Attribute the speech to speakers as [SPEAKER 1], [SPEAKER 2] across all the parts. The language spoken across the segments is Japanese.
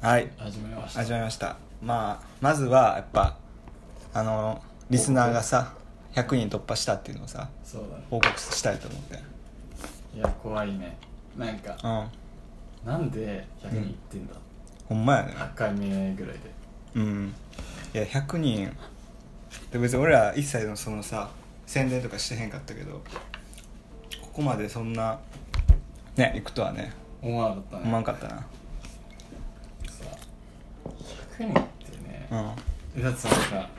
[SPEAKER 1] はい
[SPEAKER 2] 始めました
[SPEAKER 1] 始まりましたまあまずはやっぱあのリスナーがさ100人突破したっていうのをさ
[SPEAKER 2] そうだね
[SPEAKER 1] 報告したいと思って
[SPEAKER 2] いや怖いねなんか
[SPEAKER 1] うん
[SPEAKER 2] なんで100人いってんだ、
[SPEAKER 1] ほんまやね
[SPEAKER 2] 8回目ぐらいで
[SPEAKER 1] うんいや100人で別に俺ら一切のそのさ宣伝とかしてへんかったけどここまでそんなね行くとはね
[SPEAKER 2] 思わなかったね
[SPEAKER 1] 思わんかったな
[SPEAKER 2] さ100人ってね、えだってさなんか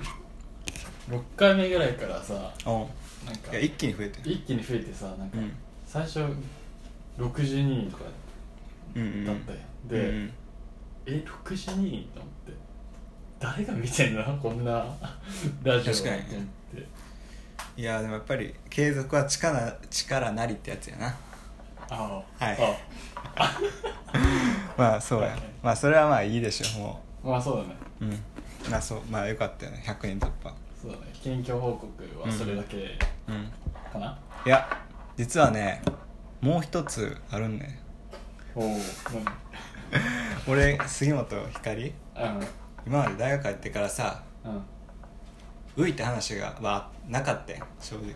[SPEAKER 2] 6回目ぐらいからさ
[SPEAKER 1] うんうん
[SPEAKER 2] なん
[SPEAKER 1] い
[SPEAKER 2] か
[SPEAKER 1] や一気に増えてる
[SPEAKER 2] 一気に増えてさなんか
[SPEAKER 1] うん
[SPEAKER 2] 最初62人とか
[SPEAKER 1] うんうん
[SPEAKER 2] だったよ、で、
[SPEAKER 1] うん
[SPEAKER 2] え62人と思って誰が見てんだこんなラジオ
[SPEAKER 1] 確かに
[SPEAKER 2] と思って
[SPEAKER 1] いやでもやっぱり継続は力力なりってやつやな
[SPEAKER 2] ああ
[SPEAKER 1] はい
[SPEAKER 2] あ
[SPEAKER 1] まあそうやまあそれはまあいいでしょも
[SPEAKER 2] まあそうだね
[SPEAKER 1] ううんまあそうまあよかったよね100人突破
[SPEAKER 2] そうだね近況報告はそれだけ
[SPEAKER 1] うん
[SPEAKER 2] かな、
[SPEAKER 1] いや実はねもう一つあるんね
[SPEAKER 2] おお
[SPEAKER 1] 俺杉本ひかり
[SPEAKER 2] 何
[SPEAKER 1] 今まで大学入ってからさ
[SPEAKER 2] うんうん
[SPEAKER 1] 浮いた話がはなかったん正直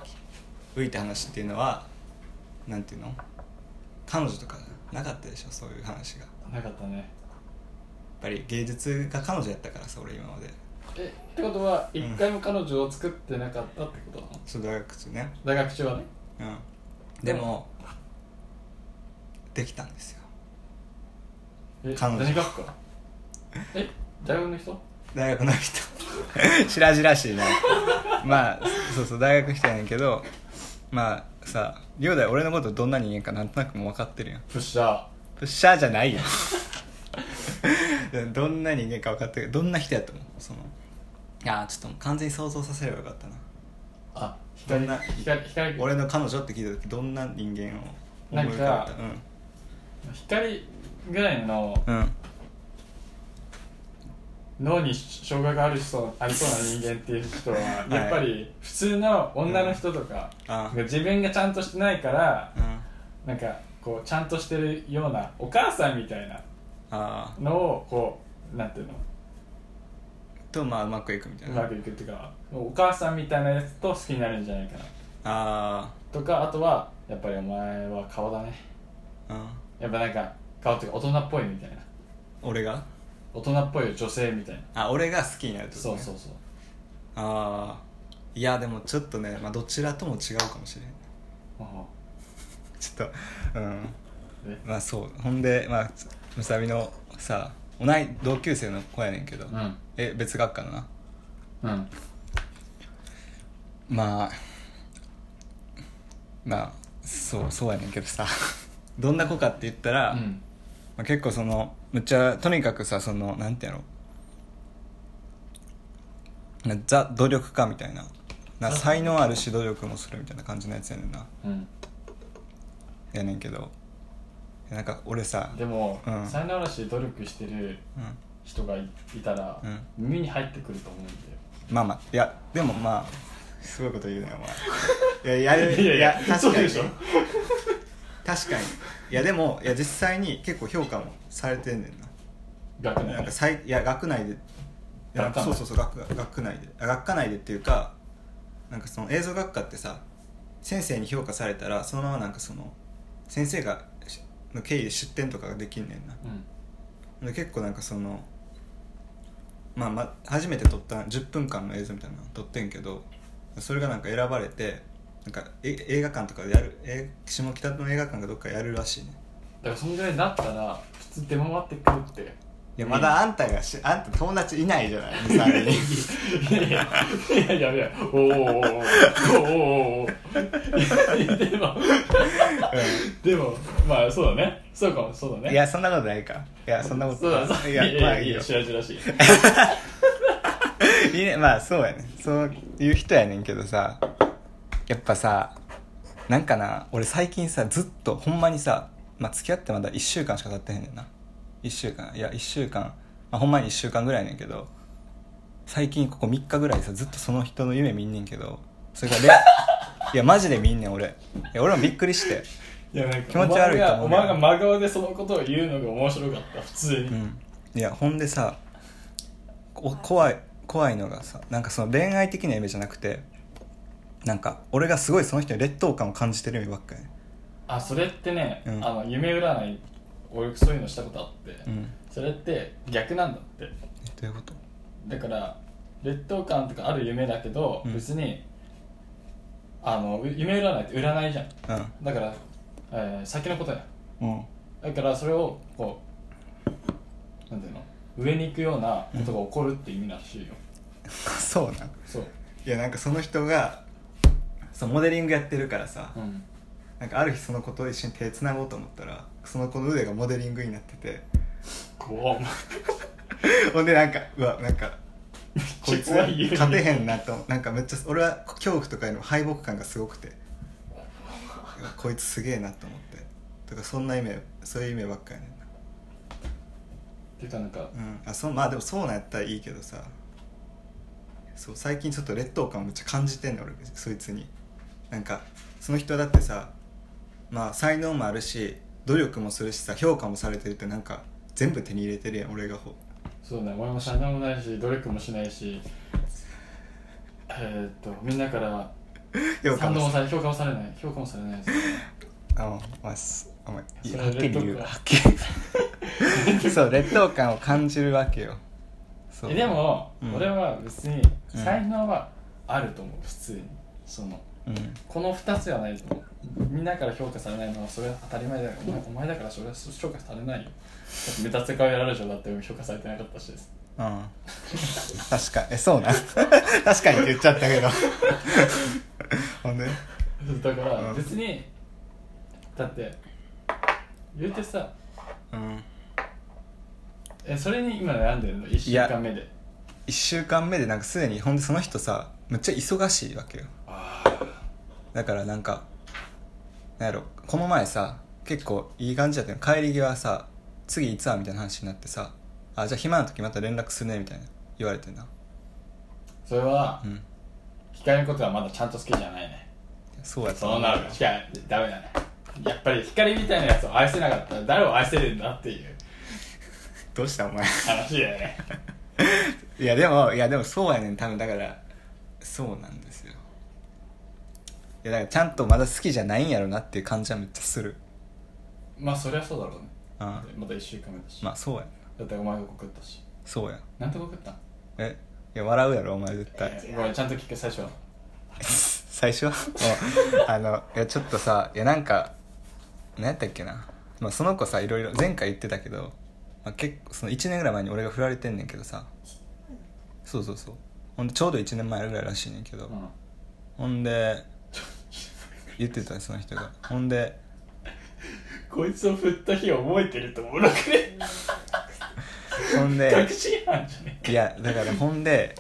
[SPEAKER 1] 浮いた話っていうのはなんていうの彼女とかなかったでしょそういう話がやっ
[SPEAKER 2] なかったね
[SPEAKER 1] ぱり芸術が彼女やったからさ俺今まで
[SPEAKER 2] えってことは
[SPEAKER 1] ん
[SPEAKER 2] 一回も彼女を作ってなかったってことなの、
[SPEAKER 1] そう大学中ね
[SPEAKER 2] 大学中はね
[SPEAKER 1] うんでもできたんですよ
[SPEAKER 2] え
[SPEAKER 1] 彼女
[SPEAKER 2] 何学科え大学の人
[SPEAKER 1] 大学の 人白々しいねまあそうそう大学の人やねんけどまあさ亮太は俺のことどんな人間かなんとなくもう分かってるやん
[SPEAKER 2] プッシャー
[SPEAKER 1] プッシャーじゃないよ どんな人間か分かってるどんな人やと思うそのいやーちょっともう完全に想像させればよかったな
[SPEAKER 2] あ
[SPEAKER 1] ど
[SPEAKER 2] 光
[SPEAKER 1] んな
[SPEAKER 2] 光光
[SPEAKER 1] 俺の彼女って聞いた時どんな人間を
[SPEAKER 2] なん
[SPEAKER 1] 思
[SPEAKER 2] か
[SPEAKER 1] い浮かべた
[SPEAKER 2] 光ぐらいの
[SPEAKER 1] うんうん
[SPEAKER 2] 脳に障害がある人ありそうな人間っていう人はやっぱり普通の女の人とか、
[SPEAKER 1] あ
[SPEAKER 2] 自分がちゃんとしてないから
[SPEAKER 1] うんあ
[SPEAKER 2] なんかこうちゃんとしてるようなお母さんみたいな
[SPEAKER 1] あ
[SPEAKER 2] のをこうなんていうの
[SPEAKER 1] ーとまあうまくいくみたいうな
[SPEAKER 2] まくいくっていうかお母さんみたいなやつと好きになるんじゃないかな
[SPEAKER 1] あ
[SPEAKER 2] とかあとはやっぱりお前は顔だね
[SPEAKER 1] あうん
[SPEAKER 2] やっぱなんか顔っていうか大人っぽいみたいな
[SPEAKER 1] 俺が
[SPEAKER 2] 大人っぽい女性みたいな
[SPEAKER 1] あ俺が好きになるってこと
[SPEAKER 2] そう
[SPEAKER 1] ね
[SPEAKER 2] そうそう
[SPEAKER 1] ああいやでもちょっとね、まあ、どちらとも違うかもしれん
[SPEAKER 2] あ
[SPEAKER 1] ちょっとうん
[SPEAKER 2] あで
[SPEAKER 1] まあそうほんでまあむさみのさ同い同級生の子やねんけど、
[SPEAKER 2] うん
[SPEAKER 1] え別学科のな
[SPEAKER 2] うん
[SPEAKER 1] まあまあそうそうやねんけどさ どんな子かって言ったら、
[SPEAKER 2] うん
[SPEAKER 1] まあ、結構そのむっちゃとにかくさそのなんてやろなザ努力家みたいなな
[SPEAKER 2] ザ
[SPEAKER 1] 才能あるし努力もするみたいな感じのやつやねんな
[SPEAKER 2] うん
[SPEAKER 1] やねんけどなんか俺さ
[SPEAKER 2] でも、
[SPEAKER 1] うん
[SPEAKER 2] 才能らしい努力してる
[SPEAKER 1] うん
[SPEAKER 2] 人がいいたら、
[SPEAKER 1] うん
[SPEAKER 2] 耳に入ってくると思うんだよ
[SPEAKER 1] まあまあいやでもまあすごいこと言うねお 前いやいやいや確
[SPEAKER 2] そう
[SPEAKER 1] かに
[SPEAKER 2] でしょ
[SPEAKER 1] 確かにいやでもいや実際に結構評価もされてんねんな
[SPEAKER 2] 学
[SPEAKER 1] なん
[SPEAKER 2] 年
[SPEAKER 1] か最いや学内でいや
[SPEAKER 2] 学科内
[SPEAKER 1] そうそうそう学学内であ学科内でっていうかなんかその映像学科ってさ先生に評価されたらそのままなんかその先生がしの経緯で出展とかができんねんな
[SPEAKER 2] うん
[SPEAKER 1] で結構なんかそのまあ、ま初めて撮った10分間の映像みたいなの撮ってんけどそれがなんか選ばれてなんかえ映画館とかでやるえ下北の映画館がどっかやるらしいね
[SPEAKER 2] だからそんぐらいになったら普通出回ってくるって
[SPEAKER 1] いやまだあんたがしあんた友達いないじゃない23人
[SPEAKER 2] いやいやいやいやいやおーおーおーおーおーおーいやでもでもまあそうだねそうかもそうだ
[SPEAKER 1] うん
[SPEAKER 2] ね
[SPEAKER 1] いやそんなことないかいやそんなこと
[SPEAKER 2] そうだそう
[SPEAKER 1] い
[SPEAKER 2] だ
[SPEAKER 1] やまあいいよ
[SPEAKER 2] しらじらしい
[SPEAKER 1] いいねまあそうやねそういう人やねんけどさやっぱさなんかな俺最近さずっとほんまにさ、まあ、付き合ってまだ1週間しか経ってへんねんな1週間いや1週間、まあ、ほんまに1週間ぐらいやねんけど最近ここ3日ぐらいさずっとその人の夢見んねんけどそれがレいやマジで見んねん俺いや俺もびっくりして
[SPEAKER 2] いやなんか
[SPEAKER 1] 気持ち悪いと思うよ
[SPEAKER 2] お前がお前が真顔でそのことを言うのが面白かった普通に、
[SPEAKER 1] うんいやほんでさこ怖い怖いのがさなんかその恋愛的な夢じゃなくてなんか俺がすごいその人に劣等感を感じてる夢ばっかり、
[SPEAKER 2] あそれってね、
[SPEAKER 1] うん
[SPEAKER 2] あの夢占い俺そういうのしたことあって、
[SPEAKER 1] うん、
[SPEAKER 2] それって逆なんだって
[SPEAKER 1] えどういうこと
[SPEAKER 2] だから劣等感とかある夢だけど、
[SPEAKER 1] うん
[SPEAKER 2] 別にあの夢占いって占いじゃん
[SPEAKER 1] うん
[SPEAKER 2] だから、えー先のことや
[SPEAKER 1] うん
[SPEAKER 2] だからそれをこうなんていうの上に行くようなことが起こるって意味らしいよ、
[SPEAKER 1] そうなん
[SPEAKER 2] そう、
[SPEAKER 1] いやなんかその人がそのモデリングやってるからさ、
[SPEAKER 2] うん、
[SPEAKER 1] なんかある日その子と一緒に手つなごうと思ったらその子の腕がモデリングになってて
[SPEAKER 2] 怖っお前
[SPEAKER 1] ほんでなんかうわなんかこ
[SPEAKER 2] めっ
[SPEAKER 1] い
[SPEAKER 2] ち
[SPEAKER 1] つ
[SPEAKER 2] ゃ怖い夢
[SPEAKER 1] 勝てへんなとなんかめっちゃ俺は恐怖とかよりも敗北感がすごくてうわこいつすげえなと思ってとかそんな夢そういう夢ばっかりやねんな
[SPEAKER 2] ていうかなんか
[SPEAKER 1] うんあそうまあでもそうなんやったらいいけどさそう最近ちょっと劣等感めっちゃ感じてんの俺そいつになんかその人だってさまあ才能もあるし努力もするしさ評価もされてるってなんか全部手に入れてるやん俺がほ
[SPEAKER 2] そうね俺も才能もないし努力もしないしえー、っとみんなから
[SPEAKER 1] 評価
[SPEAKER 2] 賛同
[SPEAKER 1] も
[SPEAKER 2] も
[SPEAKER 1] さ
[SPEAKER 2] され評価もされない評価もされないです
[SPEAKER 1] あのまあすお前い
[SPEAKER 2] それ
[SPEAKER 1] はっきり言う
[SPEAKER 2] 劣等感
[SPEAKER 1] はっきりそう劣等感を感じるわけよそう
[SPEAKER 2] えでも、
[SPEAKER 1] うん
[SPEAKER 2] 俺は別に
[SPEAKER 1] うん
[SPEAKER 2] 才能はあると思う普通にその
[SPEAKER 1] うん
[SPEAKER 2] この2つはないと思うみんなから評価されないのはそれは当たり前だよお前お前だからそれは評価されないよだって目立つ顔やられるでしょだって評価されてなかったしです
[SPEAKER 1] うん確かえそうなん確かにって言っちゃったけどほんで
[SPEAKER 2] だから
[SPEAKER 1] うん
[SPEAKER 2] 別にだって言うてさ
[SPEAKER 1] うん
[SPEAKER 2] えそれに今悩んでるの1週
[SPEAKER 1] いや
[SPEAKER 2] 間目で
[SPEAKER 1] 1週間目でなんかすでにほんでその人さめっちゃ忙しいわけよ
[SPEAKER 2] あ
[SPEAKER 1] だからなんかなんやろこの前さ結構いい感じだったよ帰り際さ次いつはみたいな話になってさあじゃあ暇な時また連絡するねみたいな言われてな
[SPEAKER 2] それは
[SPEAKER 1] うん
[SPEAKER 2] 控えることはまだちゃんと好きじゃないね
[SPEAKER 1] そうやった
[SPEAKER 2] そうなるしかダメだねやっぱり光みたいなやつを愛せなかったら誰を愛せるんだっていう
[SPEAKER 1] どうしたお前
[SPEAKER 2] 話だよね
[SPEAKER 1] いやでもいやでもそうやねん多分だからそうなんですよいやだからちゃんとまだ好きじゃないんやろなっていう感じはめっちゃする
[SPEAKER 2] まあそりゃそうだろうね
[SPEAKER 1] あ
[SPEAKER 2] また1週間目だし、
[SPEAKER 1] まあそうやんな
[SPEAKER 2] だってお前が告ったし
[SPEAKER 1] そうやん
[SPEAKER 2] なんて告ったん
[SPEAKER 1] えいや笑うやろお前絶対
[SPEAKER 2] えーごめんちゃんと聞く最初は
[SPEAKER 1] 最初はもうあのいやちょっとさいやなんか何やったっけな、まあ、その子さいろいろ前回言ってたけど、まあ、結構その1年ぐらい前に俺が振られてんねんけどさそうそうそうほんでちょうど1年前ぐらいらしいねんけど、
[SPEAKER 2] うん
[SPEAKER 1] ほんで言ってたねその人がほんで
[SPEAKER 2] こいつを振った日覚えてると思うなくね
[SPEAKER 1] ほんで
[SPEAKER 2] 確信犯じゃね
[SPEAKER 1] いやだからほんで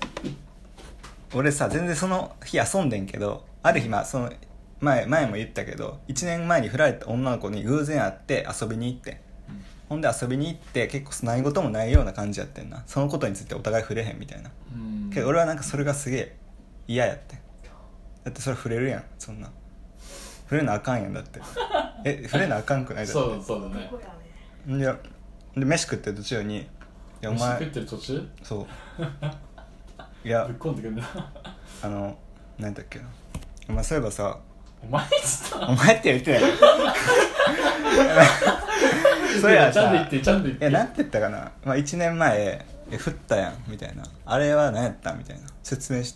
[SPEAKER 1] 俺さ全然その日遊んでんけどある日まあその前前も言ったけど1年前に振られた女の子に偶然会って遊びに行ってん
[SPEAKER 2] うん
[SPEAKER 1] ほんで遊びに行って結構何事もないような感じやってんなそのことについてお互い触れへんみたいな
[SPEAKER 2] うん
[SPEAKER 1] けど俺はなんかそれがすげえ嫌やってんだってそれ触れるやんそんな触れなあかんやんだってえ触れなあかんくないだっ
[SPEAKER 2] そうだそうだね
[SPEAKER 1] ていやで飯食ってる途中に「いやお
[SPEAKER 2] 飯食っ
[SPEAKER 1] 前
[SPEAKER 2] てる途中
[SPEAKER 1] そういや
[SPEAKER 2] ぶっこんでくるな
[SPEAKER 1] あの何だっけなお前そういえばさ
[SPEAKER 2] お前ちょっ
[SPEAKER 1] お前って言ってない
[SPEAKER 2] と
[SPEAKER 1] そういえば
[SPEAKER 2] ち
[SPEAKER 1] さ
[SPEAKER 2] ゃんと言ってちゃんと言っ
[SPEAKER 1] え
[SPEAKER 2] て
[SPEAKER 1] なんて言ったかな、まあ、1年前え降ったやんみたいなあれは何やったみたいな説明し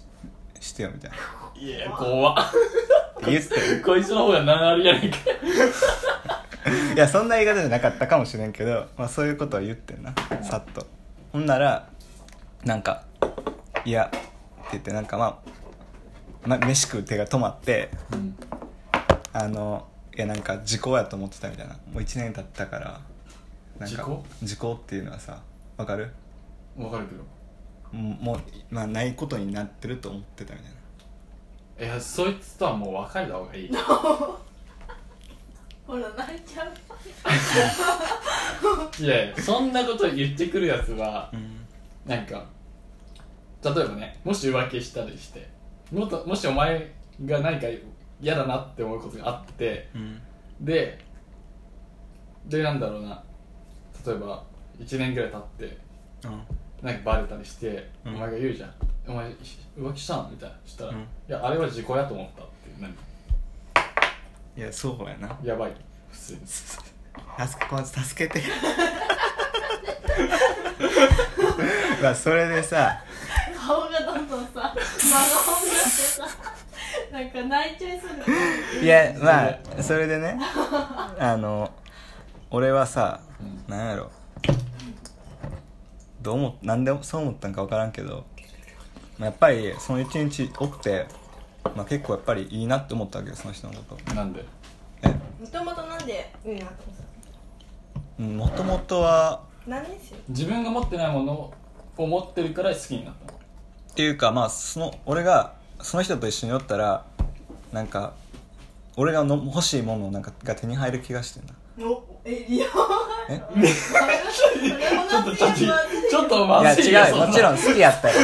[SPEAKER 1] してよみたいない
[SPEAKER 2] や怖っ
[SPEAKER 1] って言って
[SPEAKER 2] こいつの方が何ありやねんか
[SPEAKER 1] いやそんな言い方じゃなかったかもしれんけど、まあ、そういうことを言ってんなさっとほんならなんか「いや」って言ってなんかまあ、まあ、飯食う手が止まって
[SPEAKER 2] うん
[SPEAKER 1] あのいやなんか時効やと思ってたみたいなもう1年経ったからなんか
[SPEAKER 2] 時効
[SPEAKER 1] 時効っていうのはさわかる
[SPEAKER 2] わかるけど
[SPEAKER 1] もうもう、まあ、ないことになってると思ってたみたいない
[SPEAKER 2] やそいつとはもう別れた方がいい
[SPEAKER 3] ほら泣いちゃう
[SPEAKER 2] いやいやそんなこと言ってくるやつは
[SPEAKER 1] うん
[SPEAKER 2] なんか例えばねもし浮気したりしてもっともしお前が何か嫌だなって思うことがあって
[SPEAKER 1] うん
[SPEAKER 2] ででなんだろうな例えば1年ぐらい経って
[SPEAKER 1] う
[SPEAKER 2] なんかバレたりして、
[SPEAKER 1] うん
[SPEAKER 2] お前が言うじゃん「お前浮気したん?」みたいなしたら、
[SPEAKER 1] うん
[SPEAKER 2] いやあれは時効やと思った」っていう何
[SPEAKER 1] んいやそうやな
[SPEAKER 2] やばい普通に
[SPEAKER 1] 助けこいつ助けて まあそれでさ
[SPEAKER 3] 顔がどんどんさ真顔になってさなんか泣いちゃいそうだね
[SPEAKER 1] いやまあそれでねあの俺はさ
[SPEAKER 2] うん
[SPEAKER 1] なんやろどうもなんでそう思ったんか分からんけど、まあ、やっぱりその一日おって、まあ、結構やっぱりいいなって思ったわけよその人のこと
[SPEAKER 2] なんで
[SPEAKER 1] え
[SPEAKER 3] もともとなんでうんなと思っ
[SPEAKER 1] うんもともとは
[SPEAKER 3] た何ですよ
[SPEAKER 2] 自分が持ってないものを持ってるから好きになったの
[SPEAKER 1] っていうかまあその俺がその人と一緒におったらなんか俺がの欲しいものをなんかが手に入る気がしてんな
[SPEAKER 3] おえいや
[SPEAKER 1] え
[SPEAKER 3] ちょっ
[SPEAKER 2] ちょっとちょっと
[SPEAKER 1] い
[SPEAKER 2] ま
[SPEAKER 1] や
[SPEAKER 2] ずい
[SPEAKER 1] 違うよもちろん好きやったよ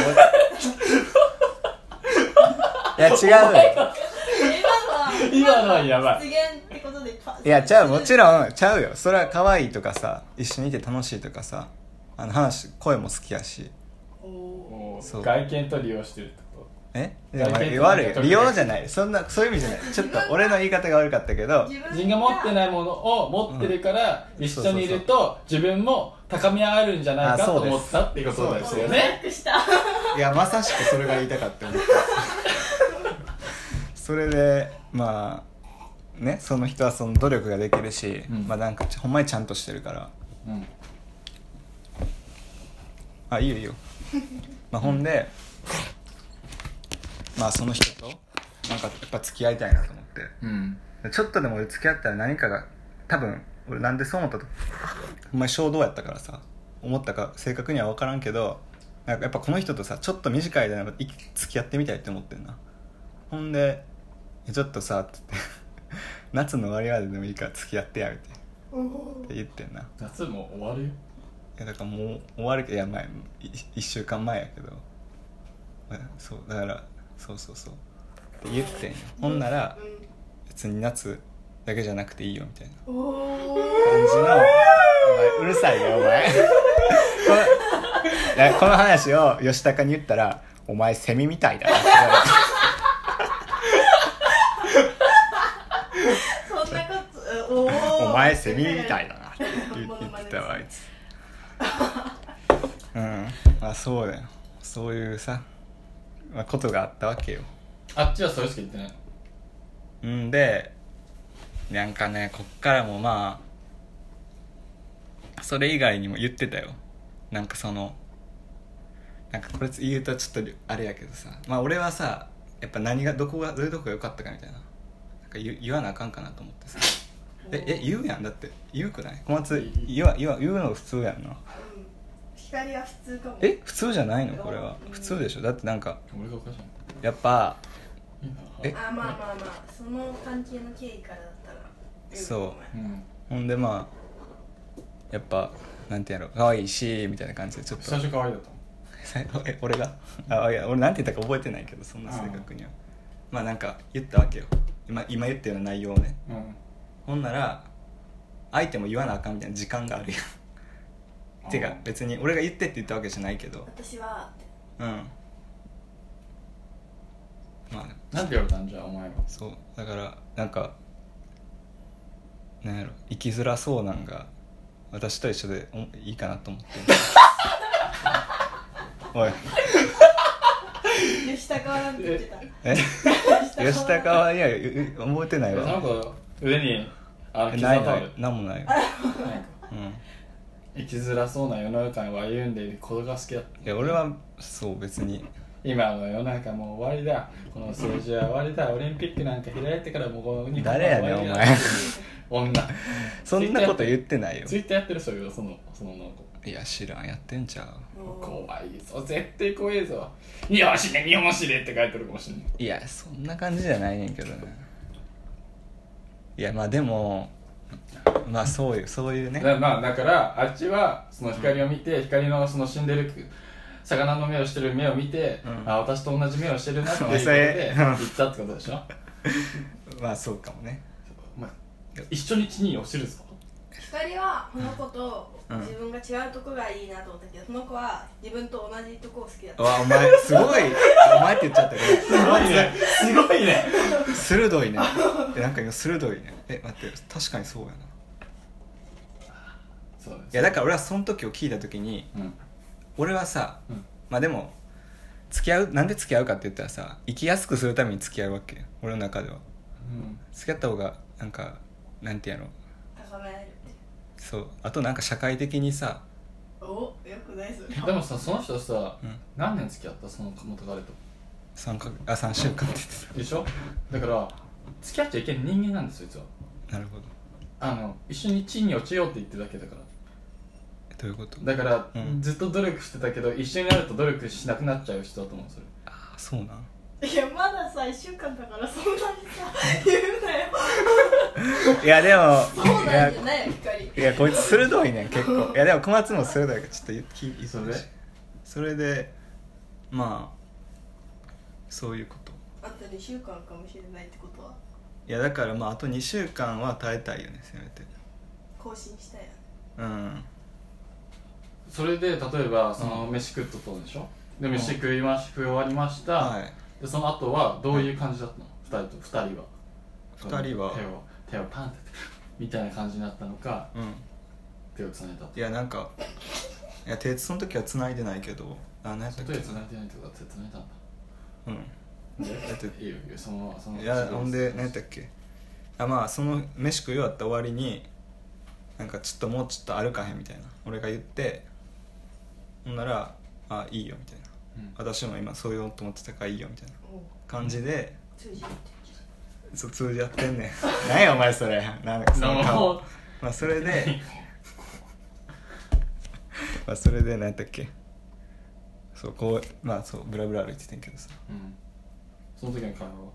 [SPEAKER 1] いや違うよ
[SPEAKER 2] 今のはやばい
[SPEAKER 3] 出現ってことでパ
[SPEAKER 1] いや違うもちろんちゃうよそれは可愛いとかさ一緒にいて楽しいとかさあの話声も好きやし
[SPEAKER 3] おー
[SPEAKER 2] もう
[SPEAKER 1] そう
[SPEAKER 2] 外見と利用してるってこ
[SPEAKER 1] えいやまあ
[SPEAKER 2] 外見と
[SPEAKER 1] 悪い
[SPEAKER 2] なんか
[SPEAKER 1] よ利用じゃないそんなそういう意味じゃないちょっと俺の言い方が悪かったけ ど
[SPEAKER 3] 自分
[SPEAKER 2] と自分が持ってないものを持ってるから一緒にいると自分も高み合えるんじゃないかと思ったっていうことですよね
[SPEAKER 3] ねした
[SPEAKER 1] いやまさしくそれが言いたかったんですよ それでまあねその人はその努力ができるし、
[SPEAKER 2] うん
[SPEAKER 1] まあなんかちほんまにちゃんとしてるから
[SPEAKER 2] うん
[SPEAKER 1] あいいよいいよまあほんで、まあその人となんかやっぱ付き合いたいなと思って
[SPEAKER 2] うん
[SPEAKER 1] でちょっとでも俺付き合ったら何かが多分俺なんでそう思ったとお前衝動やったからさ思ったか正確には分からんけどなんかやっぱこの人とさちょっと短い間にやっぱい付き合ってみたいって思ってんなほんで「えちょっとさ」って 言って「夏の終わりまででもいいから付き合ってや」みたいなって言ってんない
[SPEAKER 2] 夏も終わるよ
[SPEAKER 1] やだからもう終わるけどいや前1週間前やけどまあそうだからそうそうそうって言ってんよほんなら別に夏だけじゃなくていいよみたいな
[SPEAKER 3] おお
[SPEAKER 1] 感じのお前うるさいよお前このだからこの話を吉高に言ったら「お前セミみたいだな」って言われて
[SPEAKER 3] そんなことお
[SPEAKER 1] 「
[SPEAKER 3] お
[SPEAKER 1] お前セミみたいだな」って言
[SPEAKER 3] モノ
[SPEAKER 1] 言
[SPEAKER 3] マ
[SPEAKER 1] っ
[SPEAKER 3] ネ
[SPEAKER 1] てたわあいつうんまあそうだよそういうさ、まあ、ことがあったわけよ
[SPEAKER 2] あっちはそれしか言ってないの
[SPEAKER 1] うんでなんかねこっからもまあそれ以外にも言ってたよなんかそのなんかこれ言うとちょっとあれやけどさまあ俺はさやっぱ何がどこがどういうとこが良かったかみたいななんか言言わなあかんかなと思ってさええ言うやんだって言うくない小松言わ言わ言うのが普通やんな
[SPEAKER 3] 光は普通かも
[SPEAKER 1] え普通じゃないのこれは普通でしょだってなんか
[SPEAKER 2] 俺がおかしいの
[SPEAKER 1] やっぱ
[SPEAKER 2] いいな
[SPEAKER 1] え
[SPEAKER 3] あまあまあまあその関係の経緯からだったら
[SPEAKER 1] そう
[SPEAKER 2] うん
[SPEAKER 1] ほんでまあやっぱなんてやろう可愛いしみたいな感じでちょっと
[SPEAKER 2] 最初可愛いだったの
[SPEAKER 1] 最後 え俺があいや俺なんて言ったか覚えてないけどそんな正確にはまあなんか言ったわけよ今今言ったような内容をね
[SPEAKER 2] うん
[SPEAKER 1] ほんなら相手も言わなあかんみたいな時間 があるよてか別に俺が言ってって言ったわけじゃないけど
[SPEAKER 3] 私は
[SPEAKER 1] うんまあ
[SPEAKER 2] なんて言われたんじゃあお前は
[SPEAKER 1] そうだからなんかなんやろ生きづらそうなんが私と一緒でおいいかなと思って おい
[SPEAKER 3] 吉高はなんて言ってた
[SPEAKER 1] え 吉高はいやいや覚えてない
[SPEAKER 2] なん
[SPEAKER 1] わ
[SPEAKER 2] か腕にあ
[SPEAKER 1] え
[SPEAKER 2] の
[SPEAKER 1] な
[SPEAKER 2] 膝
[SPEAKER 1] い
[SPEAKER 2] タオ
[SPEAKER 1] な
[SPEAKER 2] ル
[SPEAKER 1] いなんもないわ
[SPEAKER 2] ないか
[SPEAKER 1] うん
[SPEAKER 2] 生きづらそうな世の中に歩んでいることが好きだ
[SPEAKER 1] いや俺はそう別に
[SPEAKER 2] 今の世の中もう終わりだこの政治は終わりだオリンピックなんか開いてからもうこの日本は
[SPEAKER 1] 誰やねん
[SPEAKER 2] 終わりだ
[SPEAKER 1] お前
[SPEAKER 2] 女
[SPEAKER 1] そんなこと言ってないよ
[SPEAKER 2] ツイッターやってる人いるよそのその女の子
[SPEAKER 1] いや知らんやってんちゃう
[SPEAKER 3] も
[SPEAKER 2] 怖いぞ絶対怖いぞ日本史ね日本史ねって書いてるかもしれない
[SPEAKER 1] いやそんな感じじゃないねんけどねいやまあでもまあそういうそういうね
[SPEAKER 2] だまあだからあっちはその光を見て、光のその死んでる魚の目をしてる目を見て、
[SPEAKER 1] うん
[SPEAKER 2] あ私と同じ目をしてるなっていう こと
[SPEAKER 1] それ
[SPEAKER 2] で言ったってことでしょ、
[SPEAKER 1] まあそうかもね
[SPEAKER 2] お前一緒に地に落ちるぞ
[SPEAKER 3] う光はこの子と
[SPEAKER 1] うん
[SPEAKER 3] 自分が違うとこがいいなと思ったけどその子は自分と同じとこを好きだっ
[SPEAKER 1] う
[SPEAKER 3] た
[SPEAKER 1] わお前すごいお前って言っちゃった
[SPEAKER 2] すごいねすごいね
[SPEAKER 1] けど鋭いねえなんか今鋭いねえ待って確かにそうやない
[SPEAKER 2] そうです
[SPEAKER 1] やだから俺はその時を聞いた時に
[SPEAKER 2] うん
[SPEAKER 1] 俺はさ
[SPEAKER 2] うん
[SPEAKER 1] まあでも付き合うなんで付き合うかって言ったらさ生きやすくするために付き合うわけ俺の中では
[SPEAKER 2] うん
[SPEAKER 1] 付き合った方がなんかなんてやろう
[SPEAKER 3] 高められるって
[SPEAKER 1] そうあとなんか社会的にさ、
[SPEAKER 3] およくないそれ
[SPEAKER 2] でもさその人さ
[SPEAKER 1] うん、
[SPEAKER 2] 何年付き合ったその元彼と
[SPEAKER 1] 3かあ三週間って言って
[SPEAKER 2] でしょだから付き合っちゃいけない人間なんですよ実は
[SPEAKER 1] たなるほど
[SPEAKER 2] あの一緒に地に落ちようって言ってるだけだから
[SPEAKER 1] どういうこと
[SPEAKER 2] だから、
[SPEAKER 1] うん
[SPEAKER 2] ずっと努力してたけど一緒になると努力しなくなっちゃう人だと思うそれ
[SPEAKER 1] あそうなん
[SPEAKER 3] いやまださ1週間だからそんなにさ言うなよ
[SPEAKER 1] いやで
[SPEAKER 3] そ
[SPEAKER 1] も
[SPEAKER 3] う
[SPEAKER 1] い
[SPEAKER 3] な
[SPEAKER 1] や
[SPEAKER 3] んじゃないよ光
[SPEAKER 1] いやこいつ鋭いねん結構いやでも小松も鋭いからちょっと言っていい
[SPEAKER 2] それで
[SPEAKER 1] それでまあそういうこと
[SPEAKER 3] あと2週間かもしれないってことはい
[SPEAKER 1] やだからまああと2週間は耐えたいよねせめて
[SPEAKER 3] 更新したやん
[SPEAKER 1] うん
[SPEAKER 2] それで例えばその飯食っとったんでしょで飯食いまし食い終わりました、
[SPEAKER 1] はい
[SPEAKER 2] でその後はどういう感じだったの、二人と二人は
[SPEAKER 1] 二人は
[SPEAKER 2] 手を手をパンってみたいな感じになったのか
[SPEAKER 1] うん
[SPEAKER 2] 手をつないだと
[SPEAKER 1] いやなんかいや手その時は繋いでないけどあ何やったっ
[SPEAKER 2] 手
[SPEAKER 1] け
[SPEAKER 2] をつないでないってことか手つないだんだ
[SPEAKER 1] うんだって
[SPEAKER 2] いいよいいよそのままその
[SPEAKER 1] いやほんで何やったっけあまあその飯食い終わった終わりになんかちょっともうちょっと歩かへんみたいな俺が言ってほんなら「あいいよ」みたいな
[SPEAKER 2] うん
[SPEAKER 1] 私も今そういうのと思ってたからいいよみたいな
[SPEAKER 3] おう
[SPEAKER 1] 感じで、
[SPEAKER 3] 通じるって
[SPEAKER 1] そう通じ合ってん ねん何やお前それなん かその
[SPEAKER 2] もう
[SPEAKER 1] 顔まあそ れでまあそれで何やったっけそうこうまあそうブラブラ歩いててんけどさ
[SPEAKER 2] うんその時の会話は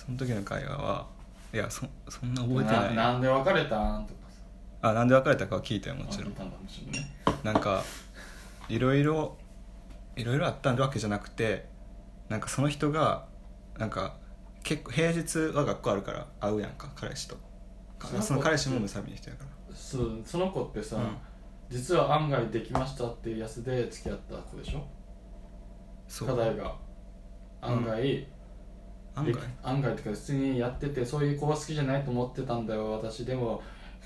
[SPEAKER 1] その時の会話はいやそそんな覚えてない
[SPEAKER 2] なんで別れたんとかさ
[SPEAKER 1] あなんで別れたかは聞いたよもちろ
[SPEAKER 2] あ聞い
[SPEAKER 1] ん
[SPEAKER 2] たんだもちろんね
[SPEAKER 1] なんかいろいろいろいろあったわけじゃなくてなんかその人がなんか結構平日は学校あるから会うやんか彼氏とか
[SPEAKER 2] その子
[SPEAKER 1] その彼氏もむさびの人やか
[SPEAKER 2] そうその子ってさ、
[SPEAKER 1] ら、うん、
[SPEAKER 2] 実は案外できましたっていうやつで付き合った子でしょ
[SPEAKER 1] そ
[SPEAKER 2] 課
[SPEAKER 1] う
[SPEAKER 2] 題が案外、で
[SPEAKER 1] 案外
[SPEAKER 2] 案外っていうか普通にやっててそういう子は好きじゃないと思ってたんだよ私でも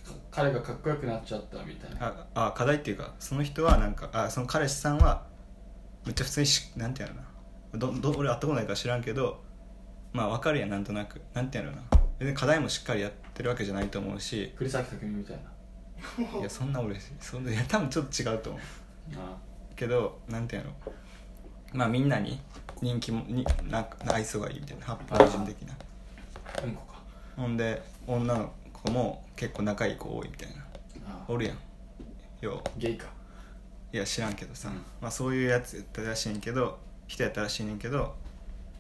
[SPEAKER 2] か彼がかっこよくなっちゃったみたいな
[SPEAKER 1] ああ課題っていうかその人はなんかあその彼氏さんはめっちゃ普通にしなんていうのかなどど俺会ったことないから知らんけどまあわかるやんなんとなくなんていうのかな別に課題もしっかりやってるわけじゃないと思う し
[SPEAKER 2] 栗崎匠みたいない
[SPEAKER 1] やそんな俺そんないや多分ちょっと違うと思う
[SPEAKER 2] あ
[SPEAKER 1] けどなんていうのまあみんなに人気もになんか愛想がいいみたいな八方美人的な
[SPEAKER 2] あうんこか
[SPEAKER 1] ほんで女の子も結構仲いい子多いみたいな
[SPEAKER 2] ああ
[SPEAKER 1] おるやんよう
[SPEAKER 2] ゲイか
[SPEAKER 1] いや知らんけどさ、
[SPEAKER 2] うん
[SPEAKER 1] まあ、そういうやつやったらしいんけど人やったらしいねんけど、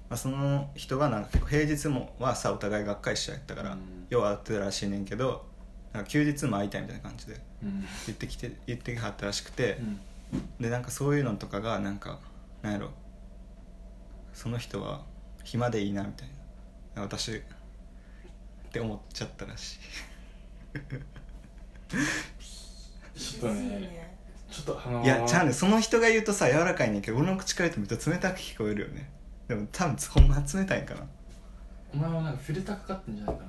[SPEAKER 1] まあ、その人がなんか結構平日もはさお互い学会しちゃったから、
[SPEAKER 2] うん
[SPEAKER 1] よう会ってたらしいねんけどなんか休日も会いたいみたいな感じで
[SPEAKER 2] うん
[SPEAKER 1] 言ってきて言ってきはったらしくて、
[SPEAKER 2] うん
[SPEAKER 1] でなんかそういうのとかがなんかなんやろその人は暇でいいなみたいな私って思っちゃったらしい
[SPEAKER 2] ちょっと
[SPEAKER 3] きつい
[SPEAKER 2] ね
[SPEAKER 3] ね
[SPEAKER 2] ちょっとあのー
[SPEAKER 1] いやちゃうねんその人が言うとさ柔らかいねんけど俺の口から言うとめっちゃ冷たく聞こえるよねでも多分ほんま冷たいんかな
[SPEAKER 2] お前はなんかフィルターかかってんじゃないか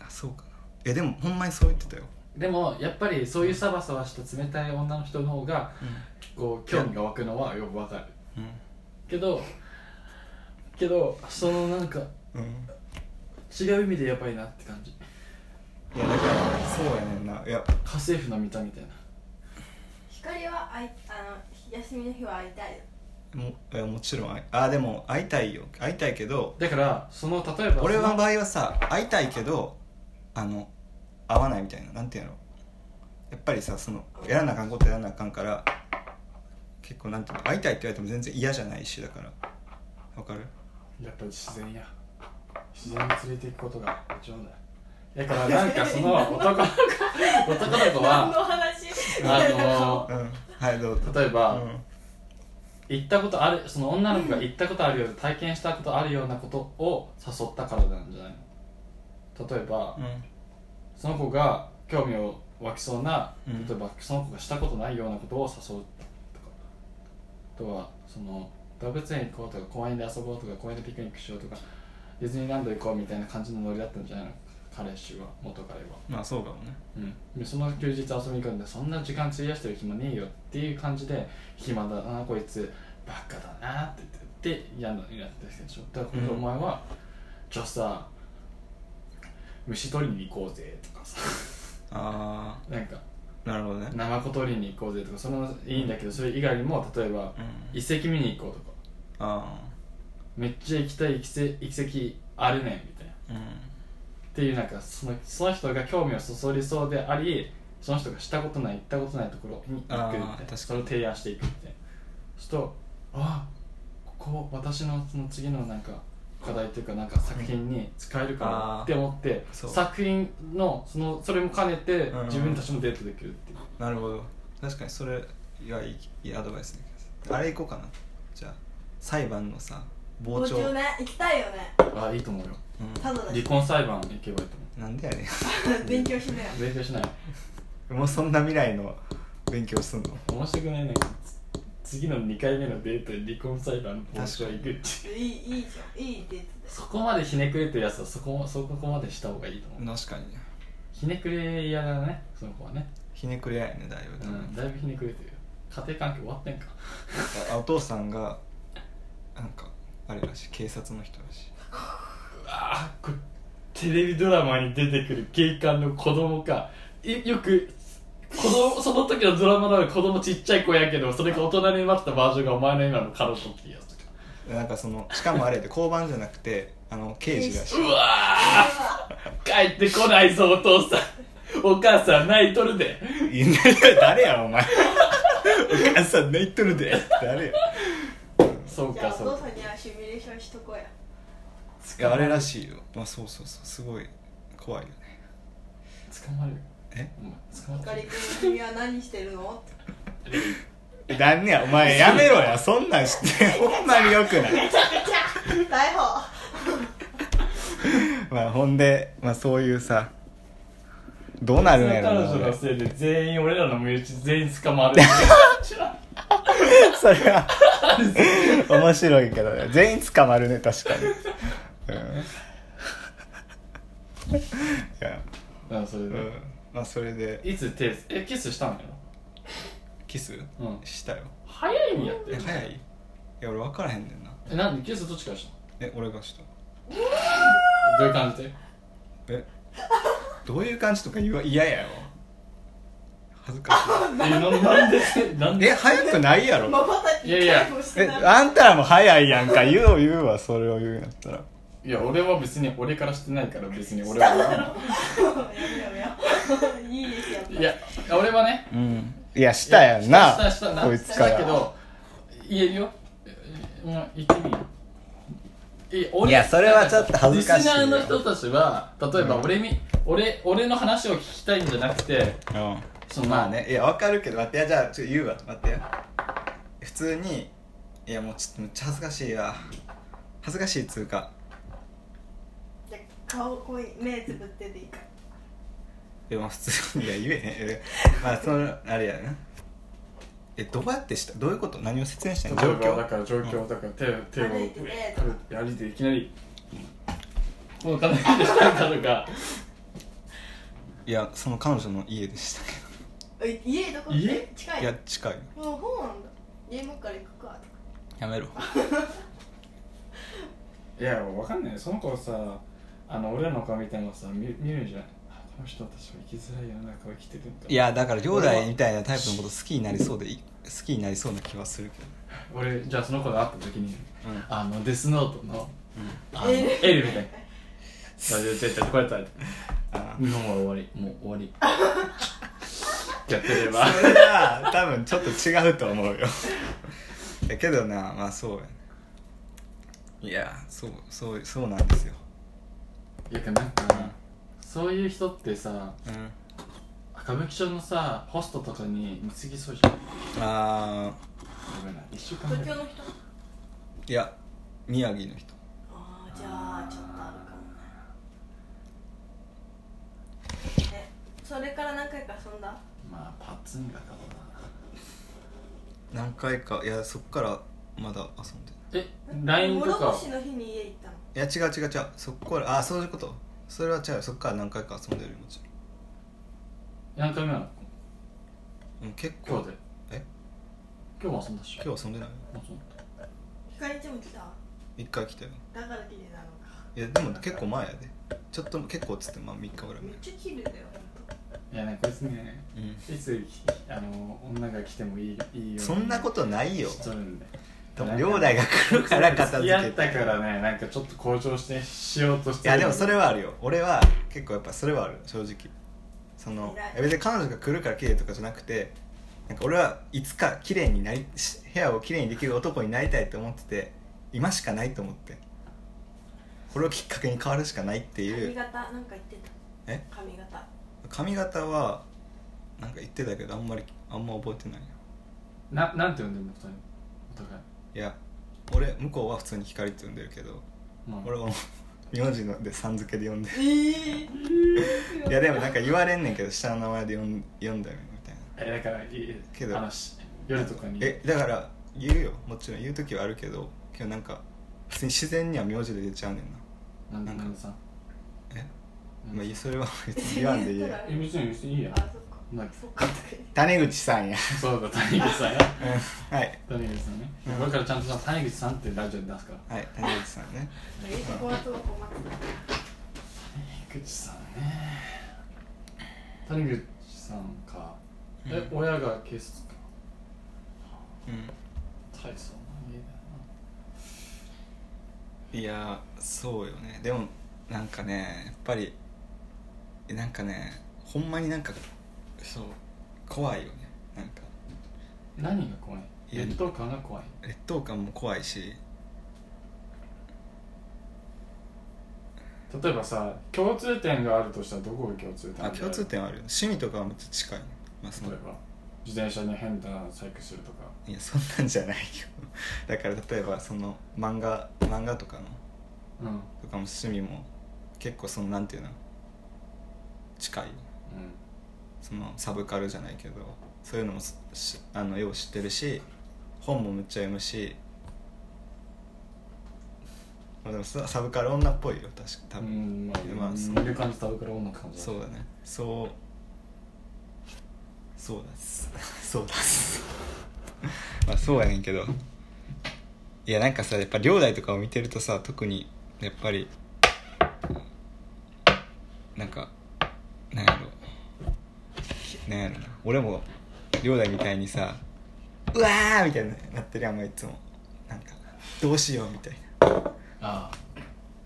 [SPEAKER 2] な
[SPEAKER 1] あそうかないやでもほんまにそう言ってたよ、
[SPEAKER 2] でもやっぱりそういうサバサバした冷たい女の人の方がこう興味が湧くのはよくわかる
[SPEAKER 1] うん
[SPEAKER 2] けどけどそのなんか
[SPEAKER 1] うん
[SPEAKER 2] 違う意味でやばいなって感じ
[SPEAKER 1] いやだからそうやねんないや
[SPEAKER 2] 家政婦の見たみたいな
[SPEAKER 3] 光はあいあの休みの日は会いたい
[SPEAKER 1] もいやもちろんあいあでも会いたいよ会いたいけど
[SPEAKER 2] だからその例えば
[SPEAKER 1] 俺
[SPEAKER 2] そ
[SPEAKER 1] の
[SPEAKER 2] の
[SPEAKER 1] 場合はさ会いたいけどあの会わないみたいななんていうのやっぱりさそのやらなあかんことやらなあかんから結構なんていうの会いたいって言われても全然嫌じゃないしだからわかる
[SPEAKER 2] やっぱり自然や自然に連れていくことが一番だよだからなんかそ の男の子男の子
[SPEAKER 3] 何
[SPEAKER 2] は
[SPEAKER 3] の話
[SPEAKER 2] あ
[SPEAKER 1] うんはいどうぞ
[SPEAKER 2] の例えば、
[SPEAKER 1] うん
[SPEAKER 2] 行ったことあるその女の子が行ったことあるような体験したことあるようなことを誘ったからなんじゃないの例えば、
[SPEAKER 1] うん
[SPEAKER 2] その子が興味を湧きそうな、
[SPEAKER 1] うん
[SPEAKER 2] 例えばその子がしたことないようなことを誘うとかあとはその動物園行こうとか公園で遊ぼうとか公園でピクニックしようとかディズニーランド行こうみたいな感じのノリだったんじゃないの彼氏は元彼は、
[SPEAKER 1] まあそうかもね
[SPEAKER 2] うん、でその休日遊びに行くんでそんな時間費やしてる暇ねえよっていう感じで暇だなこいつバカだなって言ってで嫌なになってきたでしょだから今度
[SPEAKER 1] う
[SPEAKER 2] お
[SPEAKER 1] ん
[SPEAKER 2] 前は、じゃあさ虫取りに行こうぜとかさ
[SPEAKER 1] あ
[SPEAKER 2] なんか
[SPEAKER 1] あなるほどね
[SPEAKER 2] ナマコ取りに行こうぜとかそれもいいんだけどそれ以外にも例えば
[SPEAKER 1] うん
[SPEAKER 2] 遺跡見に行こうとか
[SPEAKER 1] あ
[SPEAKER 2] めっちゃ行きたい遺跡遺跡あるねんみたいなっ
[SPEAKER 1] あうん
[SPEAKER 2] ていうなんかそのその人が興味をそそりそうでありその人がしたことない行ったことないところに行くみた
[SPEAKER 1] あー
[SPEAKER 2] い
[SPEAKER 1] 確かに
[SPEAKER 2] なそれを提案していくみたいなするとあここ私のその次のなんか課題というかなんか作品に使えるか
[SPEAKER 1] あ
[SPEAKER 2] な
[SPEAKER 1] ー
[SPEAKER 2] って思って
[SPEAKER 1] そう
[SPEAKER 2] 作品のそのそれも兼ねて
[SPEAKER 1] うん
[SPEAKER 2] 自分たちもデートできるっていう
[SPEAKER 1] なるほど確かにそれはいいいいアドバイスねあれ行こうかなじゃあ裁判のさ傍聴
[SPEAKER 3] 傍聴ね行きたいよね
[SPEAKER 2] あーいいと思うよ
[SPEAKER 1] う、
[SPEAKER 3] ただだ
[SPEAKER 2] 離
[SPEAKER 3] し
[SPEAKER 2] 婚裁判行けばいいと思うん
[SPEAKER 1] なんでや ね
[SPEAKER 3] 勉強しなよ
[SPEAKER 2] 勉強しない
[SPEAKER 1] んもうそんな未来の勉強すんの
[SPEAKER 2] 面白くないね次の2回目のデートで離婚裁判の報酬行くって
[SPEAKER 3] いいいいじゃんいいデートだよ
[SPEAKER 2] そこまでひねくれてるやつはそこもそこまでした方がいいと思う
[SPEAKER 1] 確かにね
[SPEAKER 2] ひねくれ嫌だねその子はね、
[SPEAKER 1] ひねくれやいねだいぶ
[SPEAKER 2] う
[SPEAKER 1] 多分、
[SPEAKER 2] ん、だいぶひねくれてるよ家庭環境終わってんか
[SPEAKER 1] あお父さんがなんかあれらしい警察の人らしいう
[SPEAKER 2] わーこれテレビドラマに出てくる警官の子供かいよく子 供その時のドラマなら子供ちっちゃい子やけどそれが大人になったバージョンがお前の今の彼女っていうや つか
[SPEAKER 1] なんかそのしかもあれで交番じゃなくてあの刑事 らしいう
[SPEAKER 2] わー帰ってこないぞお父さんお母さん泣いとるで
[SPEAKER 1] いや 誰やお前お母さん泣いとるで誰や
[SPEAKER 2] そう
[SPEAKER 3] じゃ
[SPEAKER 2] か
[SPEAKER 3] あ
[SPEAKER 2] そ
[SPEAKER 3] お
[SPEAKER 2] う
[SPEAKER 3] 父
[SPEAKER 2] か
[SPEAKER 3] さんにはシミュレーションしとこうや
[SPEAKER 1] いやあれらしいよまあそうそうそうすごい怖いよね
[SPEAKER 2] 捕まるよ
[SPEAKER 1] え
[SPEAKER 2] お前捕まっ
[SPEAKER 3] あ
[SPEAKER 2] て
[SPEAKER 3] かりくん君は何してるのって
[SPEAKER 1] 何やお前やめろやそんなんしてほんまによくない
[SPEAKER 3] 逮捕
[SPEAKER 1] まあほんで、まあ、そういうさどうなるんやろ
[SPEAKER 2] 彼
[SPEAKER 1] な
[SPEAKER 2] 女の
[SPEAKER 1] 俺
[SPEAKER 2] せいで全員俺らの身内全員捕 まる
[SPEAKER 1] それは面白いけどね全員捕まるね確かにうんいや
[SPEAKER 2] うんそれ
[SPEAKER 1] う
[SPEAKER 2] で
[SPEAKER 1] んまあそれで
[SPEAKER 2] いつ手つえキスしたんだよ
[SPEAKER 1] キス
[SPEAKER 2] うん
[SPEAKER 1] したよ
[SPEAKER 2] 早いんやって
[SPEAKER 1] え早いいや俺分からへんねんな
[SPEAKER 2] えなんでキスどっちからしたの
[SPEAKER 1] え俺がした
[SPEAKER 2] どういう感じで
[SPEAKER 1] えどういう感じとか言わ嫌やよ恥ずか
[SPEAKER 2] えななんでなん
[SPEAKER 1] しいえ
[SPEAKER 2] で
[SPEAKER 1] 早くないやろ
[SPEAKER 3] まばたき
[SPEAKER 2] いやいや
[SPEAKER 3] 逮捕して
[SPEAKER 1] え
[SPEAKER 3] ない
[SPEAKER 1] あんたらも早いやんか言う言うわそれを言うんやったら
[SPEAKER 2] いや俺は別に俺からしてないから別に俺は
[SPEAKER 3] やめようやめよういいです よ
[SPEAKER 2] いや俺はね
[SPEAKER 1] うんいやしたやんな
[SPEAKER 2] したしたした
[SPEAKER 1] こいつから
[SPEAKER 2] したけど言えるよえもう言ってみよえ俺
[SPEAKER 1] いやそれはちょっと恥ずかしい
[SPEAKER 2] リ
[SPEAKER 1] よ
[SPEAKER 2] スナーの人たちは例えば
[SPEAKER 1] うん
[SPEAKER 2] 俺に、俺俺の話を聞きたいんじゃなくて
[SPEAKER 1] うん
[SPEAKER 2] その
[SPEAKER 1] まあねいや分かるけど待ってやじゃあちょっと言うわ待ってや普通にいやもうちょっとめっちゃ恥ずかしいわ恥ずかしいっつうか
[SPEAKER 3] じゃあ顔こい目つぶってでいいか
[SPEAKER 1] でも普通にいや言えへんえまあそのあれやなえどうやってしたどういうこと何を説明したいの
[SPEAKER 2] 例
[SPEAKER 1] 状
[SPEAKER 2] えばだ
[SPEAKER 1] 況
[SPEAKER 2] から状況だから手手を
[SPEAKER 3] 歩いてね
[SPEAKER 2] 歩いていきなりもうかなりしたんだとか
[SPEAKER 1] いやその彼女の家でしたけ
[SPEAKER 3] え家どこ
[SPEAKER 2] 家
[SPEAKER 3] 近い
[SPEAKER 1] どいや近い
[SPEAKER 3] もう本なんだ家もから行くかとか
[SPEAKER 1] やめろ
[SPEAKER 2] いやわかんないその子さあの俺らの顔みたいなのさ見見るじゃんあこの人たちは生きづらい世の中を生きてるんだ
[SPEAKER 1] いやだから兄弟みたいなタイプのこと好きになりそうでい好きになりそうな気はするけ
[SPEAKER 2] 俺じゃあその子と会った時に
[SPEAKER 1] どうん
[SPEAKER 2] あのデスノートのあの
[SPEAKER 3] え
[SPEAKER 2] エルみたいな大丈夫絶対こうやったら
[SPEAKER 1] あ
[SPEAKER 2] 日本は終わりもう終わ りやってれば
[SPEAKER 1] それは多分ちょっと違うと思うよ だけどなまあそうやねいやそうそうそうなんですよ
[SPEAKER 2] いやなんかそういう人ってさ
[SPEAKER 1] うん
[SPEAKER 2] 歌舞伎町のさホストとかに見過ぎそうじゃん
[SPEAKER 1] ああ
[SPEAKER 2] ごめんな一週間ぐら
[SPEAKER 3] 東
[SPEAKER 2] い
[SPEAKER 3] 京の人
[SPEAKER 1] いや宮城の人
[SPEAKER 3] ああじゃあちょっとあるかもねそれから何回か遊んだ
[SPEAKER 2] まあパッツンがかだ
[SPEAKER 1] 何回かいやそっからまだ遊んで
[SPEAKER 2] なえ LINE と
[SPEAKER 3] 諸
[SPEAKER 2] か
[SPEAKER 3] 星の日に家行ったの
[SPEAKER 1] いや違う違う違うそっからあそういうことそれは違うよそっから何回か遊んでるよもち
[SPEAKER 2] 何回目なの
[SPEAKER 1] ろんうん結
[SPEAKER 2] 今
[SPEAKER 1] 構
[SPEAKER 2] 日で
[SPEAKER 1] え
[SPEAKER 2] 今日も遊んだっしょ
[SPEAKER 1] 今日遊んでない
[SPEAKER 2] もうそんな
[SPEAKER 3] ひかりんちも来た
[SPEAKER 1] 一回来たよ
[SPEAKER 3] だから綺麗なのか
[SPEAKER 1] いやでも結構前やでちょっと結構っつってまあ3日ぐらい
[SPEAKER 3] めっちゃ綺麗だよ
[SPEAKER 2] いやねこいつね
[SPEAKER 1] 前
[SPEAKER 2] いつあの女が来てもいいいいよ
[SPEAKER 1] うんそんなことないよ
[SPEAKER 2] しとるんで
[SPEAKER 1] 多分両代が来るから片付
[SPEAKER 2] 付
[SPEAKER 1] け
[SPEAKER 2] き合
[SPEAKER 1] て
[SPEAKER 2] ったからねなんかちょっと向上してしようとし
[SPEAKER 1] い
[SPEAKER 2] てる
[SPEAKER 1] やでもそれはあるよ俺は結構やっぱそれはある正直その
[SPEAKER 3] 偉い
[SPEAKER 1] いや別に彼女が来るから綺麗とかじゃなくてなんか俺はいつか綺麗になりし部屋を綺麗にできる男になりたいと思ってて今しかないと思ってこれをきっかけに変わるしかないってい
[SPEAKER 3] 髪
[SPEAKER 1] う
[SPEAKER 3] 型なんか言ってた
[SPEAKER 1] え
[SPEAKER 3] 髪型
[SPEAKER 1] 髪型はなんか言ってたけどあんまりあんま覚えてないよ
[SPEAKER 2] ななんて呼んでんの二人お互い、
[SPEAKER 1] いや俺向こうは普通に光って呼んでるけど
[SPEAKER 2] まあ、
[SPEAKER 1] 俺はもう名字のでさん付けで呼んで
[SPEAKER 3] えー、
[SPEAKER 1] いやでもなんか言われんねんけど下の名前で呼ん呼んだよねみたいな
[SPEAKER 2] えだからいい
[SPEAKER 1] けど
[SPEAKER 2] 話夜とかに
[SPEAKER 1] えだから言うよもちろん言う時はあるけど今日なんか普通に自然には名字で出ちゃうねんな
[SPEAKER 2] なんで
[SPEAKER 1] なんか
[SPEAKER 2] なんでさん
[SPEAKER 1] え、
[SPEAKER 2] うん
[SPEAKER 1] まあ、それは別に言わんでいい
[SPEAKER 3] 言 っ
[SPEAKER 1] や
[SPEAKER 3] たら
[SPEAKER 2] え別に別にいいや
[SPEAKER 3] あそっか
[SPEAKER 2] なんか
[SPEAKER 3] そっ かとか言って
[SPEAKER 1] 谷口さんや
[SPEAKER 2] そうだ谷口さんや
[SPEAKER 1] うんはい
[SPEAKER 2] 谷口さんね、
[SPEAKER 1] うん
[SPEAKER 2] これからちゃんとさ谷口さんってラジオで出すから
[SPEAKER 1] はい谷口さんね
[SPEAKER 3] えそこはすごく困って
[SPEAKER 2] 谷口さんね谷口さんかえ、
[SPEAKER 1] うん
[SPEAKER 2] 親が警察か
[SPEAKER 1] うん
[SPEAKER 2] 大層な家だよない
[SPEAKER 1] やそうよねでもなんかねやっぱりえなんかねほんまになんかそう怖いよねなんか
[SPEAKER 2] 何が怖い
[SPEAKER 1] いや
[SPEAKER 2] 劣等感が怖い
[SPEAKER 1] 劣等感も怖いし
[SPEAKER 2] 例えばさ共通点があるとしたらどこが共通点
[SPEAKER 1] あ共通
[SPEAKER 2] 例
[SPEAKER 1] 点はあるよ趣味とかはめっちゃ近い、まあ、そ
[SPEAKER 2] え
[SPEAKER 1] の
[SPEAKER 2] ば自転車に変な細工するとか
[SPEAKER 1] いやそんなんじゃないよ だから例えばその漫画漫画とかの
[SPEAKER 2] うんうん
[SPEAKER 1] とかも趣味も結構そのなんていうの近いそのサブカルじゃないけどそういうのもすしあのよう知ってるし本もめっちゃ読むしまあでもササブカル女っぽいよ確か多分、
[SPEAKER 2] うんまあ、
[SPEAKER 1] まあそ
[SPEAKER 2] そういう感じ食べから女感じ
[SPEAKER 1] そうだねそうそうだっす そうだっす まあそうやねんけどいやなんかさやっぱ両代とかを見てるとさ特にやっぱりなんかなんやろなんやろな俺も両代みたいにさうわーみたいになってるやんまいつもなんかどうしようみたいな
[SPEAKER 2] あ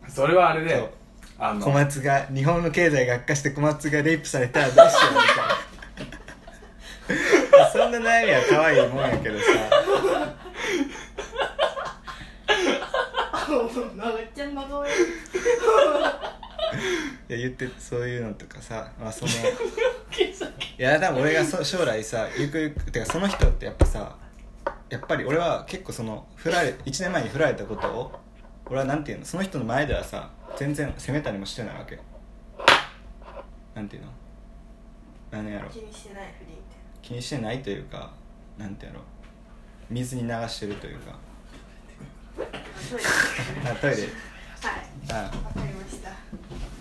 [SPEAKER 2] あそれはあれ
[SPEAKER 1] そう
[SPEAKER 2] であの
[SPEAKER 1] 小松が日本の経済が悪化して小松がレイプされたらどうしようみたいなそんな悩みは可愛いもんやけどさ
[SPEAKER 3] ためっちゃ真顔や
[SPEAKER 1] いや言ってそういうのとかさ、まあ、そのいや多分俺がそ将来さゆくゆくてかその人ってやっぱさやっぱり俺は結構その振られ1年前に振られたことを俺はなんていうのその人の前ではさ全然責めたりもしてないわけなんていうの何やろ
[SPEAKER 3] 気にしてないふりみたい
[SPEAKER 1] 気にしてないというかなんていうの水に流してるというか
[SPEAKER 3] なあそうで
[SPEAKER 1] あトイレ
[SPEAKER 3] すは
[SPEAKER 1] あ
[SPEAKER 3] いわかりました
[SPEAKER 1] い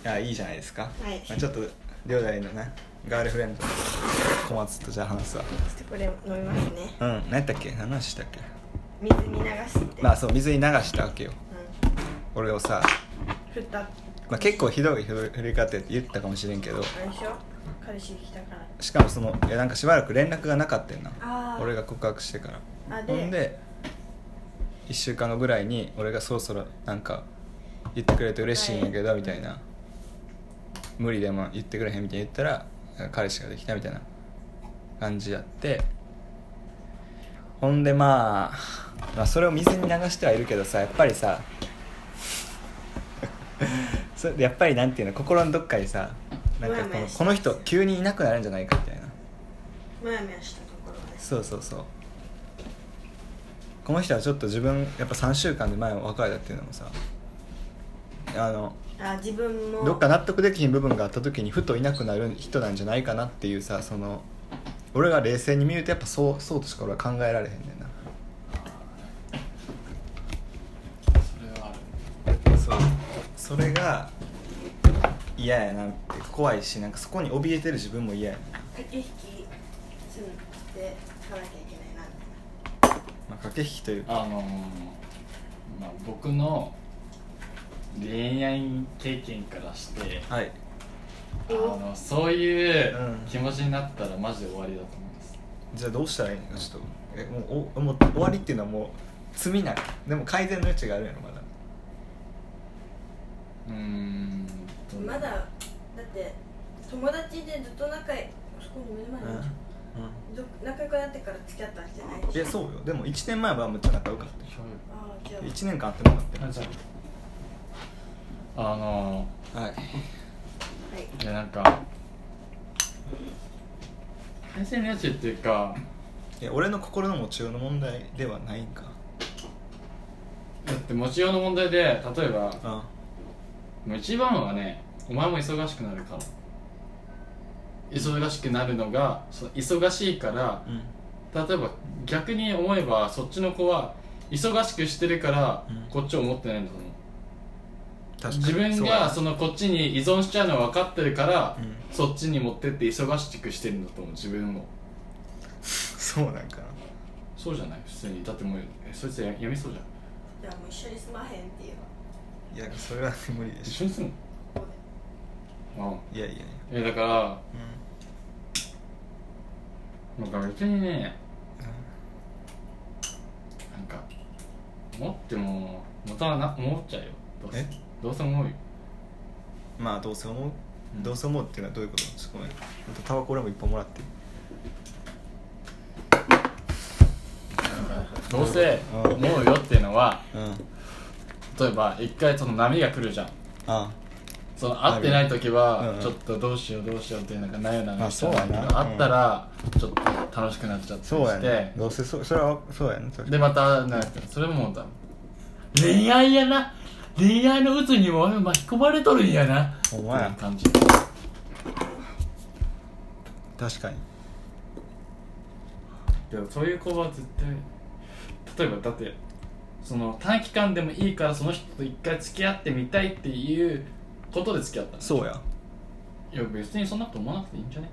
[SPEAKER 1] やいいじゃないですか、
[SPEAKER 3] はい
[SPEAKER 1] まあ、ちょっと両代のねガールフレンド小松とじゃあ話すわ
[SPEAKER 3] そしてこれ飲みますね
[SPEAKER 1] うん何やったっけ何の話したっけ
[SPEAKER 3] 水に流して
[SPEAKER 1] まあそう水に流したわけよ
[SPEAKER 3] うん
[SPEAKER 1] 俺をさ、
[SPEAKER 3] 振ったあ
[SPEAKER 1] まあ、結構ひどい振り方って言ったかもしれんけど
[SPEAKER 3] れでしょ彼氏来たから
[SPEAKER 1] しかもそのいやなんかしばらく連絡がなかったよな
[SPEAKER 3] あー
[SPEAKER 1] 俺が告白してから
[SPEAKER 3] あ
[SPEAKER 1] ほ
[SPEAKER 3] で
[SPEAKER 1] んで1週間後ぐらいに俺がそろそろなんか言ってくれて嬉しいんやけどみたいな無理でも言ってくれへんみたいに言ったら彼氏ができたみたいな感じやってほんでまあ、まあ、それを水に流してはいるけどさやっぱりさ そやっぱりなんていうの心のどっかにさなんか
[SPEAKER 3] モヤモ
[SPEAKER 1] こ
[SPEAKER 3] ヤ
[SPEAKER 1] の
[SPEAKER 3] して
[SPEAKER 1] この人急にいなくなるんじゃないかみたいな。
[SPEAKER 3] もやもやしたところです
[SPEAKER 1] そうそうそうこの人はちょっと自分やっぱ3週間で前別れたっていうのもさあの
[SPEAKER 4] あ自分も
[SPEAKER 1] どっか納得できひん部分があった時にふといなくなる人なんじゃないかなっていうさその俺が冷静に見るとやっぱそうそうとしか俺は考えられへんねんな
[SPEAKER 2] それはある
[SPEAKER 1] そうそれが嫌やなって怖いしなんかそこに怯えてる自分も嫌やな、
[SPEAKER 4] 駆け引きするって書かなきゃいけないなみたいな
[SPEAKER 1] まあ、駆け引きというか
[SPEAKER 2] あのーまあ、僕の恋愛経験からして
[SPEAKER 1] はい
[SPEAKER 2] あのそういう
[SPEAKER 1] うん
[SPEAKER 2] 気持ちになったらマジで終わりだと思います
[SPEAKER 1] じゃあどうしたらいいのかちょっとえもうおもう終わりっていうのはもう罪なのでも改善の余地があるやろまだ
[SPEAKER 2] うーんどう
[SPEAKER 4] まだだって友達でずっと仲いいそこに目の前にいるじゃんど仲良くなってから付き合ったわけじゃないで
[SPEAKER 1] い
[SPEAKER 4] しょ
[SPEAKER 1] やそうよでも1年前はむっちゃ仲良かったよ
[SPEAKER 2] 教育
[SPEAKER 4] ああじゃあ
[SPEAKER 1] 1年間会ってなかった
[SPEAKER 2] あ
[SPEAKER 1] よ
[SPEAKER 2] じゃああの
[SPEAKER 1] はい
[SPEAKER 4] はい
[SPEAKER 2] いやなんか改善の余地っていうか
[SPEAKER 1] いや俺の心の持ちようの問題ではないんか
[SPEAKER 2] だって持ちようの問題で例えば
[SPEAKER 1] あ
[SPEAKER 2] もう一番はねお前も忙しくなるから忙しくなるのがその忙しいから
[SPEAKER 1] うん
[SPEAKER 2] 例えば逆に思えばそっちの子は忙しくしてるから、
[SPEAKER 1] うん
[SPEAKER 2] こっちを思ってないんだと思う
[SPEAKER 1] 確か
[SPEAKER 2] 自
[SPEAKER 1] に
[SPEAKER 2] 分
[SPEAKER 1] そう
[SPEAKER 2] が
[SPEAKER 1] や
[SPEAKER 2] そのこっちに依存しちゃうのは分かってるから、
[SPEAKER 1] うん
[SPEAKER 2] そっちに持ってって忙しくしてるんだと思う自分も
[SPEAKER 1] そうなんかな
[SPEAKER 2] そうじゃない普通にだってもうえそいつややめそうじゃん
[SPEAKER 4] じゃあもう一緒に住まへんっていう
[SPEAKER 1] いやそれは無理で
[SPEAKER 2] 一
[SPEAKER 1] し
[SPEAKER 2] 緒にすんの
[SPEAKER 4] ここで
[SPEAKER 2] あ
[SPEAKER 1] ょいやいやいや
[SPEAKER 2] えだから
[SPEAKER 1] う
[SPEAKER 2] なんか別にね
[SPEAKER 1] ん
[SPEAKER 2] なんか持っても持たな思っちゃうよどうせ
[SPEAKER 1] え
[SPEAKER 2] どうせ思うよ
[SPEAKER 1] まあどうせ思う、
[SPEAKER 2] うん
[SPEAKER 1] どうせ思うっていうのはどういうことちょっとごめんあとタバコ俺も一本もらって
[SPEAKER 2] どうせ
[SPEAKER 1] うん
[SPEAKER 2] 思うよっていうのは
[SPEAKER 1] うんあ
[SPEAKER 2] 例えば一回その波が来るじゃん
[SPEAKER 1] あ
[SPEAKER 2] その会ってない時は
[SPEAKER 1] うん
[SPEAKER 2] ちょっとどうしようどうしようっていうなんか悩んだ
[SPEAKER 1] まあそうやな
[SPEAKER 2] 会ったらちょっと楽しくなっちゃった
[SPEAKER 1] そう
[SPEAKER 2] り
[SPEAKER 1] や
[SPEAKER 2] し
[SPEAKER 1] ね
[SPEAKER 2] て
[SPEAKER 1] どうせそそれはそうやねそれ
[SPEAKER 2] でまたなんかそれもだ恋愛やな恋愛の渦にも俺巻き込まれとるんやな
[SPEAKER 1] ほんまや
[SPEAKER 2] っていう感じ
[SPEAKER 1] 確かに
[SPEAKER 2] でもそういう子は絶対例えばだってその短期間でもいいからその人と一回付き合ってみたいっていうことで付き合ったの
[SPEAKER 1] そうや
[SPEAKER 2] いや別にそんなこと思わなくていいんじゃね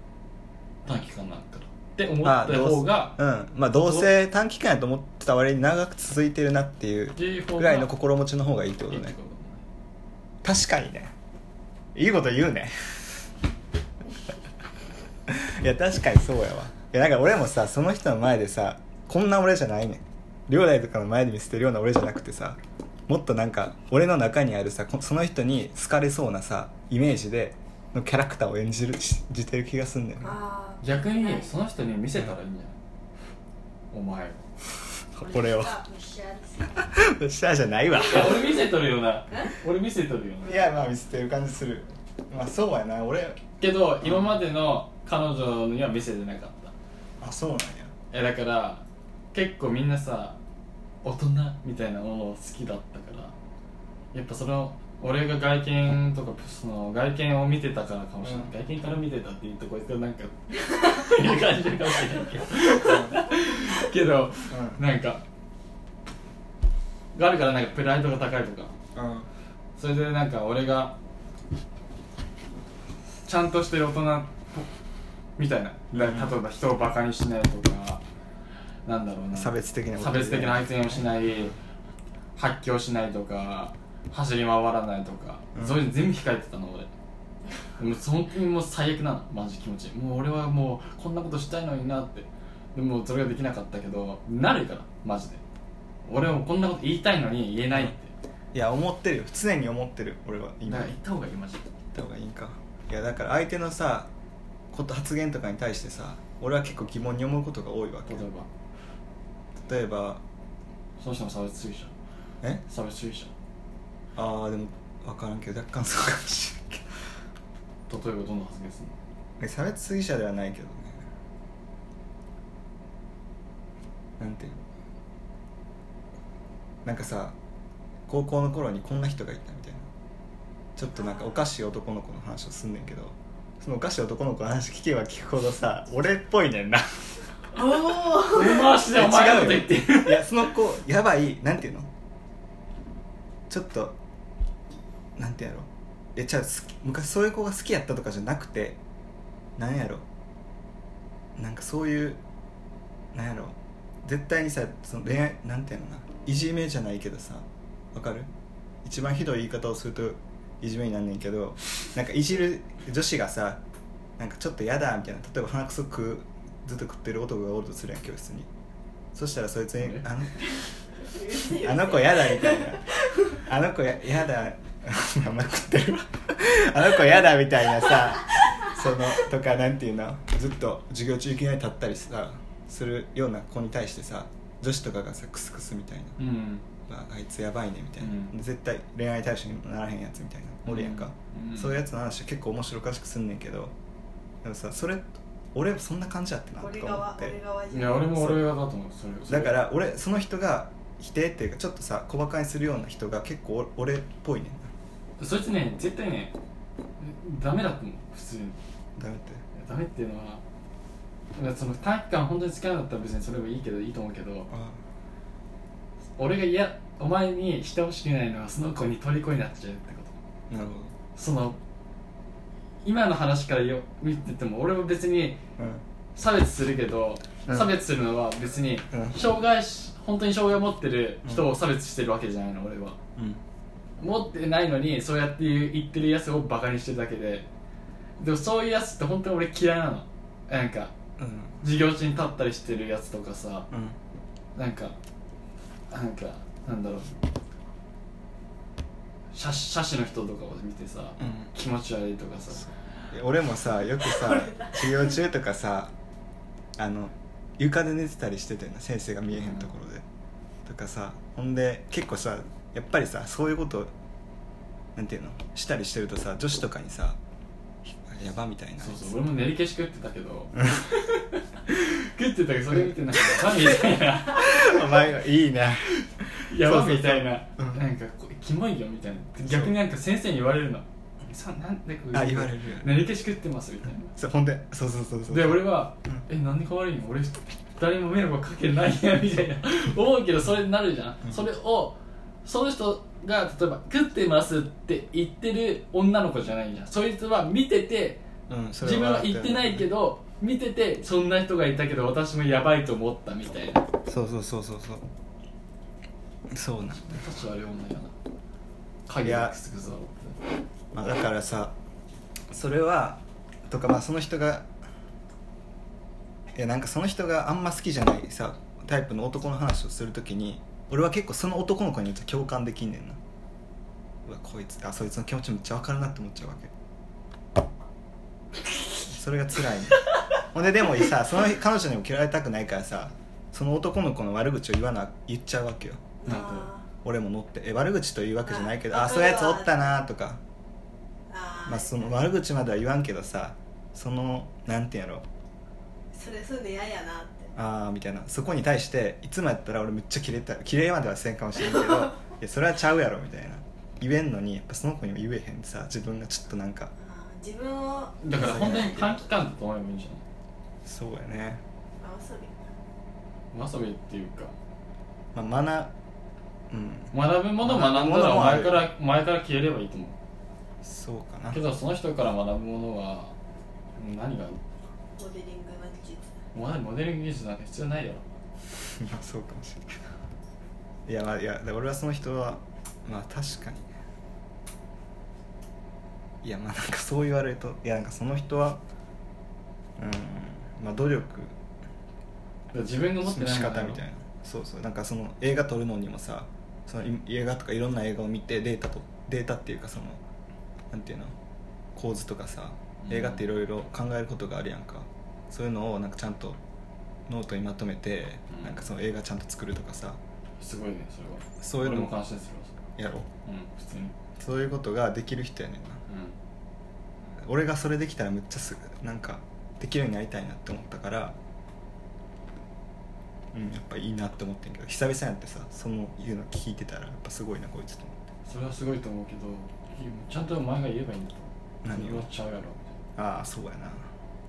[SPEAKER 2] 短期間なんからって思った方が
[SPEAKER 1] うんまあどうせ短期間やと思ってた割に長く続いてるなっていう
[SPEAKER 2] っていう方
[SPEAKER 1] ぐ
[SPEAKER 2] が
[SPEAKER 1] らいの心持ちの方がいいってこ
[SPEAKER 2] い
[SPEAKER 1] と
[SPEAKER 2] いって
[SPEAKER 1] ね
[SPEAKER 2] ことね
[SPEAKER 1] 確かにねいいこと言うねいや確かにそうやわいやなんか俺もさその人の前でさこんな俺じゃないねん両代とかの前で見せてるような俺じゃなくてさもっとなんか俺の中にあるさこその人に好かれそうなさイメージでのキャラクターを演じるし演じてる気がすんだよね
[SPEAKER 4] ああ
[SPEAKER 2] 逆にその人に見せたらいいんじゃないお前を
[SPEAKER 1] 俺を
[SPEAKER 4] むしゃですよ
[SPEAKER 1] シャーじゃ ないわ
[SPEAKER 2] いや俺見せとるよな俺見せとるよない
[SPEAKER 1] やまあ見せてる感じするまあそうやな俺
[SPEAKER 2] けど今までの彼女には見せてなかった
[SPEAKER 1] あそうなんや
[SPEAKER 2] えだから結構みんなさ大人みたいなもの好きだったからやっぱその俺が外見とかその外見を見てたからかもしれない、外見から見てたって言うとこいつがなんか いう感じかもしれないけどけどなんかがあるからなんかプライドが高いとか
[SPEAKER 1] うんうん
[SPEAKER 2] それでなんか俺がちゃんとしてる大人みたいな、だ
[SPEAKER 1] うん
[SPEAKER 2] 例えば人をバカにしないとかなんだろうな
[SPEAKER 1] 差別的なこと
[SPEAKER 2] 差別的な発言をしない発狂しないとか走り回らないとか、
[SPEAKER 1] うん
[SPEAKER 2] そういうの全部控えてたの俺でも本当にもう最悪なのマジ気持ちもう俺はもうこんなことしたいのになってでもそれができなかったけどなるからマジで俺はもうこんなこと言いたいのに言えないって
[SPEAKER 1] いや思ってるよ常に思ってる俺は
[SPEAKER 2] だ
[SPEAKER 1] 今言
[SPEAKER 2] から
[SPEAKER 1] っ
[SPEAKER 2] 言った方がいいマジで
[SPEAKER 1] た方がいいんかいやだから相手のさこと発言とかに対してさ俺は結構疑問に思うことが多いわけ
[SPEAKER 2] 例えば
[SPEAKER 1] 例えば
[SPEAKER 2] その人も差別主義者
[SPEAKER 1] え
[SPEAKER 2] 差別主義者
[SPEAKER 1] ああでも分からんけど若干そうかもしれんけど
[SPEAKER 2] 例えばどんな発言するの
[SPEAKER 1] え差別主義者ではないけどねなんていうのなんかさ高校の頃にこんな人がいたみたいなちょっとなんかおかしい男の子の話をすんねんけどそのおかしい男の子の話聞けば聞くほどさ俺っぽいねんな
[SPEAKER 4] おお
[SPEAKER 2] 根回しでお前のこと言ってる
[SPEAKER 1] いやその子やばいなんていうのちょっとなんてやろういやじゃあ好き昔そういう子が好きやったとかじゃなくてなんやろなんかそういうなんやろ絶対にさその恋愛なんていうのかないじめじゃないけどさわかる一番ひどい言い方をするといじめになんねんけどなんかいじる女子がさなんかちょっとやだみたいな例えば鼻くそ食うずっと食ってる男がおるとするやん教室にそしたらそいつに
[SPEAKER 2] え
[SPEAKER 1] 「あの あの子やだ」みたいな「あの子ややだ」 あんま食ってるわ あの子やだみたいなさそのとかなんていうのずっと授業中いきなり立ったりさするような子に対してさ女子とかがさクスクスみたいな
[SPEAKER 2] うん
[SPEAKER 1] まあ、あいつやばいねみたいな、
[SPEAKER 2] うん
[SPEAKER 1] 絶対恋愛対象にもならへんやつみたいなおるやんか、
[SPEAKER 2] うん
[SPEAKER 1] そういうやつの話は結構面白おかしくすんねんけどでもさそれ俺そんな感じやってなと
[SPEAKER 4] 俺
[SPEAKER 1] か思
[SPEAKER 4] 側
[SPEAKER 1] っ
[SPEAKER 4] 俺
[SPEAKER 1] て
[SPEAKER 4] 側じ
[SPEAKER 2] い
[SPEAKER 4] ゃん
[SPEAKER 2] や俺も俺はだと思うそれそれ
[SPEAKER 1] だから俺その人が否定っていうかちょっとさ小馬鹿にするような人が結構お俺っぽいねんな
[SPEAKER 2] そいつね絶対ねダメだと思う普通に
[SPEAKER 1] ダメって
[SPEAKER 2] ダメっていうのはだからその短期間本当に好きなかったら別にそれもいいけどいいと思うけど
[SPEAKER 1] あ
[SPEAKER 2] 俺がいやお前にしてほしくないのはその子に虜になっちゃうってこと
[SPEAKER 1] あなるほ
[SPEAKER 2] その今の話からよ見てても俺も別に
[SPEAKER 1] ど
[SPEAKER 2] 差別するけど、
[SPEAKER 1] うん
[SPEAKER 2] 差別するのは別に
[SPEAKER 1] うんうん
[SPEAKER 2] 障害し本当に障害を持ってる人を差別してるわけじゃないの俺は
[SPEAKER 1] うん
[SPEAKER 2] 持ってないのにそうやって言ってるやつをバカにしてるだけででもそういうやつって本当に俺嫌いなのなんか
[SPEAKER 1] うん
[SPEAKER 2] 授業中に立ったりしてるやつとかさ
[SPEAKER 1] うん
[SPEAKER 2] なんかなんかなんだろう写写真の人とかを見てさ
[SPEAKER 1] うん
[SPEAKER 2] 気持ち悪いとかさ
[SPEAKER 1] いや俺もさよくさ授業中とかさあの床で寝てたりしてたよな先生が見えへんところで、とかさほんで結構さやっぱりさそういうことなんていうのしたりしてるとさ女子とかにさ「やば」みたいな
[SPEAKER 2] そうそう俺も練り消し食ってた けど食ってたけどそれ見てなんかヤバみたいな
[SPEAKER 1] お前はいいね
[SPEAKER 2] ヤバみたいな
[SPEAKER 1] そうそうそううん
[SPEAKER 2] なんかこキモいよみたいな逆になんか先生に言われるのさなんでこう
[SPEAKER 1] あ言われる
[SPEAKER 2] 練り消し食ってますみたいな
[SPEAKER 1] そうほんでそうそうそうそう
[SPEAKER 2] で俺は
[SPEAKER 1] うん
[SPEAKER 2] 「え何が悪いの俺誰も迷惑かけないや」みた いな思うけどそれになるじゃん、
[SPEAKER 1] うん
[SPEAKER 2] それをその人が例えば「食ってます」って言ってる女の子じゃないじゃんそいつは見てて
[SPEAKER 1] うんそれ
[SPEAKER 2] 自分は
[SPEAKER 1] 笑
[SPEAKER 2] 言ってないけ
[SPEAKER 1] ど
[SPEAKER 2] ど見ててそんな人がいたけど私もやばいと思ったみたいな
[SPEAKER 1] そうそうそうそうそうそうなんだ
[SPEAKER 2] 確かあれ女やな影がくすぐぞ
[SPEAKER 1] まあ、だからさそれはとかまあその人がいやなんかその人があんま好きじゃないさタイプの男の話をするときに俺は結構その男の子に言うと共感できんねんなうわこいつあそいつの気持ちめっちゃ分かるなって思っちゃうわけそれが辛いねほんででもさその彼女にも嫌われたくないからさその男の子の悪口を言わな言っちゃうわけよ
[SPEAKER 2] なんか
[SPEAKER 4] あ
[SPEAKER 1] 俺も乗ってえ悪口というわけじゃないけど
[SPEAKER 4] あ
[SPEAKER 1] あそういうやつおったなとか
[SPEAKER 4] ーあー
[SPEAKER 1] まあ、その悪口までは言わんけどさそのなんていうんやろ
[SPEAKER 4] それそういうの嫌やなって
[SPEAKER 1] ああみたいなそこに対していつもやったら俺めっちゃキレたキレまではせんかもしれんけどいやそれはちゃうやろみたいな言えんのにやっぱその子にも言えへんさ自分がちょっとなんか
[SPEAKER 4] あー自分をあ
[SPEAKER 2] だから本当に短期間だと思えばいいんじゃ
[SPEAKER 1] そうやね、
[SPEAKER 4] 遊び
[SPEAKER 2] ない遊びっていうか
[SPEAKER 1] まあ、マナーうん
[SPEAKER 2] 学ぶものを学んだら前から前から消えればいいと思う
[SPEAKER 1] そうかな
[SPEAKER 2] けどその人から学ぶものは何が
[SPEAKER 4] モデリングの技術
[SPEAKER 2] モデモデル技術なんか必要ないよ
[SPEAKER 1] まあそうかもしれないいやまあいやで俺はその人はまあ確かにねいやまあなんかそう言われるといやなんかその人はうんまあ努力
[SPEAKER 2] だから自分が持って
[SPEAKER 1] の
[SPEAKER 2] ない
[SPEAKER 1] 仕
[SPEAKER 2] もの
[SPEAKER 1] 方みたいなそうそうなんかその映画撮るのにもさそのい映画とかいろんな映画を見てデータとデータっていうかそのなんていうの構図とかさ映画っていろいろ考えることがあるやんか、そういうのをなんかちゃんとノートにまとめて、
[SPEAKER 2] うん
[SPEAKER 1] なんかその映画ちゃんと作るとかさ
[SPEAKER 2] すごいねそれは
[SPEAKER 1] そういう
[SPEAKER 2] 俺
[SPEAKER 1] の
[SPEAKER 2] も
[SPEAKER 1] も
[SPEAKER 2] 感心するわそ
[SPEAKER 1] やろう
[SPEAKER 2] れうん普通に
[SPEAKER 1] そういうことができる人やねんな俺がそれできたらめっちゃすぐなんかできるようになりたいなって思ったからうんやっぱいいなって思ってんけど久々やってさその言うの聞いてたらやっぱすごいなこいつと思っ
[SPEAKER 2] うんそれはすごいと思うけどちゃんとお前が言えばいいんだと
[SPEAKER 1] 何を
[SPEAKER 2] 言っちゃうやろ
[SPEAKER 1] ああそうやな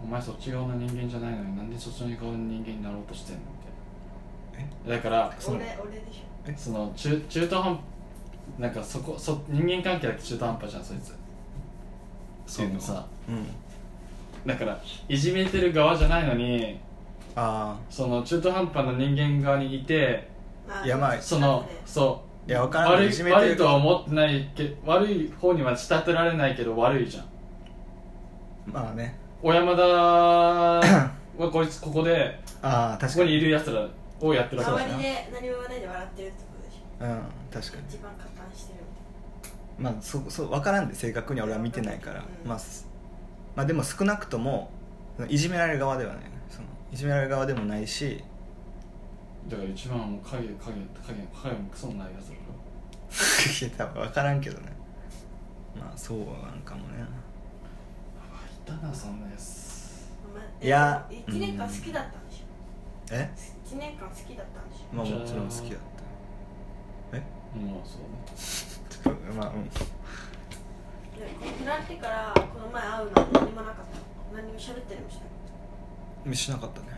[SPEAKER 2] お前そっち側の人間じゃないのになんでそっち側の人間になろうとしてんのみたいなだから
[SPEAKER 1] そう
[SPEAKER 4] 俺俺でしょ
[SPEAKER 2] その中中途半なんかそこそ人間関係だけ中途半端じゃんそいつそ
[SPEAKER 1] いうの
[SPEAKER 2] のさ
[SPEAKER 1] うん
[SPEAKER 2] だからいじめてる側じゃないのに
[SPEAKER 1] あ
[SPEAKER 2] その中途半端な人間側にいて
[SPEAKER 4] あ
[SPEAKER 1] やばい
[SPEAKER 2] そのそ
[SPEAKER 1] あいやわ
[SPEAKER 2] う
[SPEAKER 1] からんけ
[SPEAKER 2] 悪
[SPEAKER 1] ど
[SPEAKER 2] い
[SPEAKER 1] いじめて
[SPEAKER 2] 悪い
[SPEAKER 1] る
[SPEAKER 2] とは思ってないけ悪い方には仕立てられないけど悪いじゃん
[SPEAKER 1] まあね
[SPEAKER 2] 小山 田はこいつここで
[SPEAKER 1] ああ
[SPEAKER 2] こ
[SPEAKER 1] 確
[SPEAKER 2] こ
[SPEAKER 1] か
[SPEAKER 2] に
[SPEAKER 1] に
[SPEAKER 2] いるやつらをやってるわけだ
[SPEAKER 4] 周
[SPEAKER 2] か
[SPEAKER 4] り
[SPEAKER 2] ら
[SPEAKER 4] で何も言わないで笑ってるってことでし
[SPEAKER 1] うん確かに
[SPEAKER 4] ょ一番加担してるみたい
[SPEAKER 1] まあそそう分からんで正確には俺は見てないから、
[SPEAKER 4] うん
[SPEAKER 1] まあ、すまあでも少なくともいじめられる側ではねそのいじめられる側でもないし
[SPEAKER 2] だから一番はもう影影影影もクソもないやつら
[SPEAKER 1] い
[SPEAKER 2] だろ
[SPEAKER 1] や多分分からんけどねまあそうなんかもね
[SPEAKER 2] あいたなそんなやつ
[SPEAKER 4] なお前
[SPEAKER 1] いや
[SPEAKER 4] え一年間好きだったんでしょ
[SPEAKER 1] え
[SPEAKER 4] 一年間好きだったんでしょ
[SPEAKER 1] まあ
[SPEAKER 2] じゃあ
[SPEAKER 1] もちろん好きだっ
[SPEAKER 2] もうそう
[SPEAKER 1] た ちょっとまあうん
[SPEAKER 4] でこ振られてからこの前会うの何もなかった何も喋ったりもしなかった
[SPEAKER 1] しなかったね
[SPEAKER 4] へえ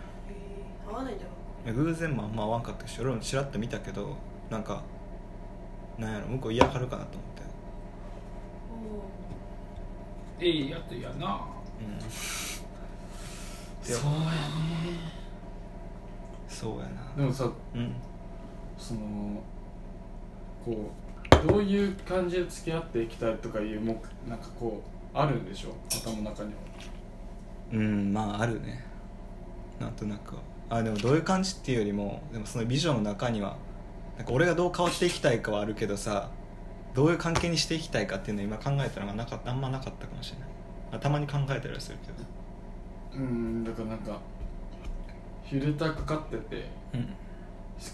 [SPEAKER 4] 会わないんだよ
[SPEAKER 1] いや偶然もあんま合わんかったし俺もちらっと見たけどなんかなんやろ向こう嫌がるかなと思っ
[SPEAKER 4] お
[SPEAKER 1] て
[SPEAKER 2] ねいいやつやな
[SPEAKER 1] うん
[SPEAKER 2] そうやね
[SPEAKER 1] そうやな
[SPEAKER 2] でもさ
[SPEAKER 1] うん
[SPEAKER 2] そのこうどういう感じで付き合っていきたいとかいうもうなんかこうあるでしょ頭の中には
[SPEAKER 1] うんまああるねなんとなくはあでもどういう感じっていうよりもでもそのビジョンの中にはなんか俺がどう変わっていきたいかはあるけどさどういう関係にしていきたいかっていうのを今考えたのがなかったあんまなかったかもしれないあたまに考えたりはするけど
[SPEAKER 2] うんだからなんかフィルターかかってて
[SPEAKER 1] うん
[SPEAKER 2] 好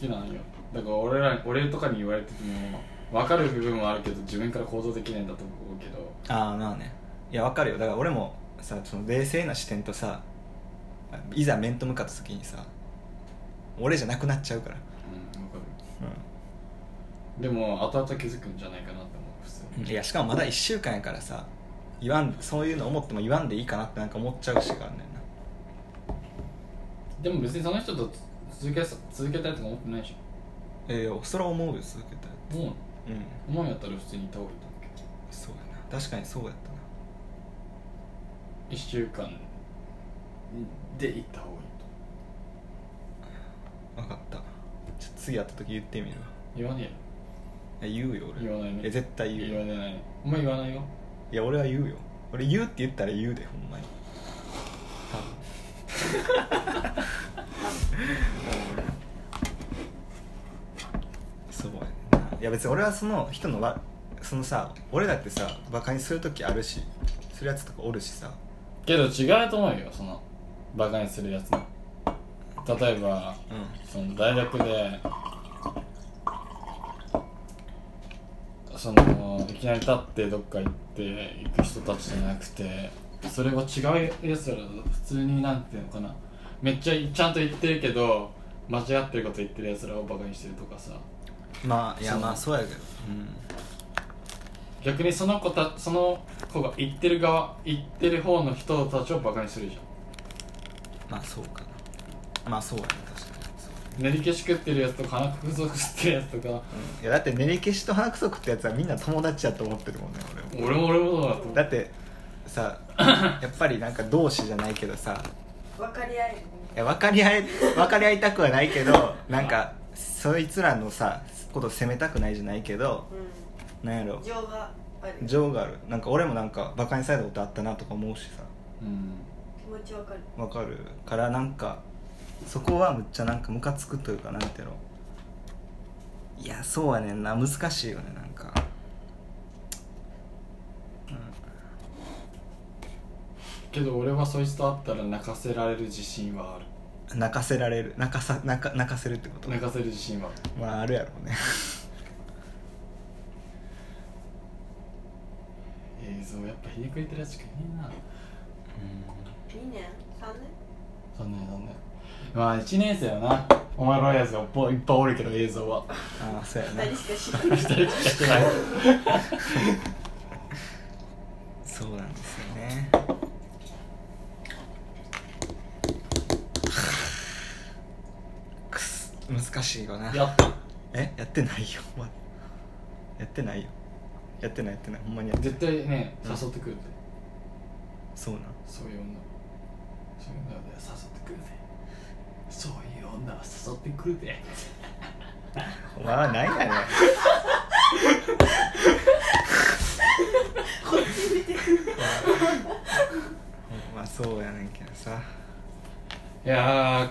[SPEAKER 2] きなんよだから俺ら俺とかに言われてても分かる部分はあるけど自分から行動できないんだと思うけど
[SPEAKER 1] ああまあねいやわかるよだから俺もさその冷静な視点とさいざ面と向かった時にさ俺じゃなくなっちゃうから
[SPEAKER 2] うん分かるでも後々気づくんじゃないかなって思う普通に
[SPEAKER 1] いやしかもまだ1週間やからさ言わんそういうの思っても言わんでいいかなってなんか思っちゃうしかあんねんな
[SPEAKER 2] でも別にその人と続けさ続けたいとか思ってないでし
[SPEAKER 1] えー、それは思うよ続けたい
[SPEAKER 2] ょも
[SPEAKER 1] うん
[SPEAKER 2] う思うんやったら普通にいた方がいいと思うけど
[SPEAKER 1] そうやな確かにそうやったな
[SPEAKER 2] 1週間で行った方がいいと
[SPEAKER 1] 分かったちょっと次会った時言ってみるわ
[SPEAKER 2] 言わね
[SPEAKER 1] いや言うよ俺
[SPEAKER 2] えよ言わないね
[SPEAKER 1] え絶対言う
[SPEAKER 2] 言
[SPEAKER 1] よ
[SPEAKER 2] わないお前言わないよ
[SPEAKER 1] いや俺は言うよ俺言うって言ったら言うでほんまに多分そうやねんないや別に俺はその人のわそのさ俺だってさバカにする時あるしするやつとかおるしさ
[SPEAKER 2] けど違うと思うよそのバカにするやつも例えば
[SPEAKER 1] うん
[SPEAKER 2] その大学でそのいきなり立ってどっか行って行く人たちじゃなくてそれは違うやつらだと普通になんていうのかなめっちゃちゃんと言ってるけど間違ってること言ってるやつらをバカにしてるとかさ
[SPEAKER 1] まあいや
[SPEAKER 2] そう
[SPEAKER 1] まあそうやけど
[SPEAKER 2] 逆にその子たその子が言ってる側言ってる方の人たちをバカにするじゃ
[SPEAKER 1] まあそうかなまあそうやね確かにそう、
[SPEAKER 2] ん練り消し食ってるやつとか鼻くそ食ってるやつとか
[SPEAKER 1] うん、いやだって練り消しと鼻くそ食ってやつはみんな友達やと思ってるもんね俺も
[SPEAKER 2] 俺も俺もそうだと思う
[SPEAKER 1] だってさ やっぱりなんか同志じゃないけどさ
[SPEAKER 4] 分かり合える
[SPEAKER 1] いや分かり合え分かり合いたくはないけどなんかそいつらのさこと責めたくないじゃないけど
[SPEAKER 4] う
[SPEAKER 1] なんやろ
[SPEAKER 4] ん情がある
[SPEAKER 1] 情があるなんか俺もなんかバカにされたことあったなとか思うしさ
[SPEAKER 2] うん
[SPEAKER 4] 気持ち分かる
[SPEAKER 1] わかるからなんかそこはむっちゃなんかムカつくというかなんていうのいやそうやねんな難しいよねなんか
[SPEAKER 2] けど俺はそいつと会ったら泣かせられる自信はある
[SPEAKER 1] 泣かせられる泣かさ泣か泣かせるってこと
[SPEAKER 2] 泣かせる自信はある
[SPEAKER 1] まああるやろうね
[SPEAKER 2] 映像やっぱひねくれてるやつしかいねえな
[SPEAKER 4] 2年3年
[SPEAKER 2] そんなにそんなにまあ1年生やなお前らのやつがいっぱいいっぱいおるけど映像は
[SPEAKER 1] ああそうやな
[SPEAKER 4] 2人しか知らない
[SPEAKER 2] 二人しかしてない
[SPEAKER 1] そうなんですよね くす難しいよな
[SPEAKER 2] やった
[SPEAKER 1] えやってないよ まだやってないよやってないやってないほんまにやって
[SPEAKER 2] 絶
[SPEAKER 1] ない
[SPEAKER 2] 対ね
[SPEAKER 1] うん
[SPEAKER 2] 誘ってくるで、
[SPEAKER 1] そうなん
[SPEAKER 2] そういう女そういう女で誘ってくるでそういう女は誘ってくるで
[SPEAKER 1] お前はないや ねん
[SPEAKER 4] こっち見 てくる
[SPEAKER 1] まあそうやねんけどさ
[SPEAKER 2] いや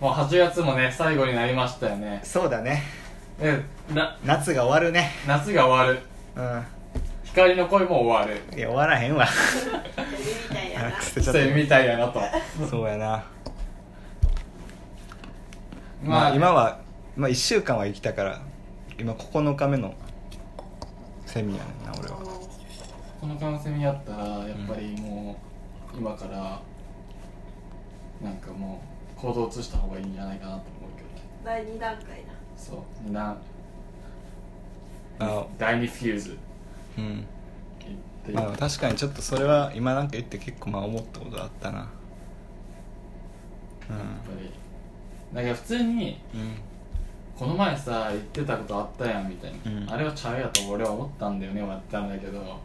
[SPEAKER 2] ーもう8月もね最後になりましたよね
[SPEAKER 1] そうだね
[SPEAKER 2] えな
[SPEAKER 1] 夏が終わるね
[SPEAKER 2] 夏が終わる
[SPEAKER 1] うん
[SPEAKER 2] 光の恋も終わる
[SPEAKER 1] いや終わらへんわ
[SPEAKER 4] みたいやな
[SPEAKER 1] くせちゃ
[SPEAKER 2] そ
[SPEAKER 1] っ
[SPEAKER 2] れみたいやなと
[SPEAKER 1] たそうやな
[SPEAKER 2] ま
[SPEAKER 1] ま
[SPEAKER 2] あ、
[SPEAKER 1] あ今は、まあ、1週間は生きたから今9日目のセミやねんな俺は
[SPEAKER 2] この感染にあったらやっぱりもう、今からなんかもう行動を移した方がいいんじゃないかなと思うけど
[SPEAKER 4] 第二段階だ
[SPEAKER 2] そうな
[SPEAKER 1] あ
[SPEAKER 2] 第二フューズ
[SPEAKER 1] うん
[SPEAKER 2] 言って
[SPEAKER 1] まあ確かにちょっとそれは今なんか言って結構まあ思ったことあったな
[SPEAKER 2] やっぱりなんか普通に
[SPEAKER 1] うんうん
[SPEAKER 2] この前さ言ってたことあったやんみたいな、
[SPEAKER 1] うん
[SPEAKER 2] あれはちゃうやと俺は思ったんだよね終わったんだけど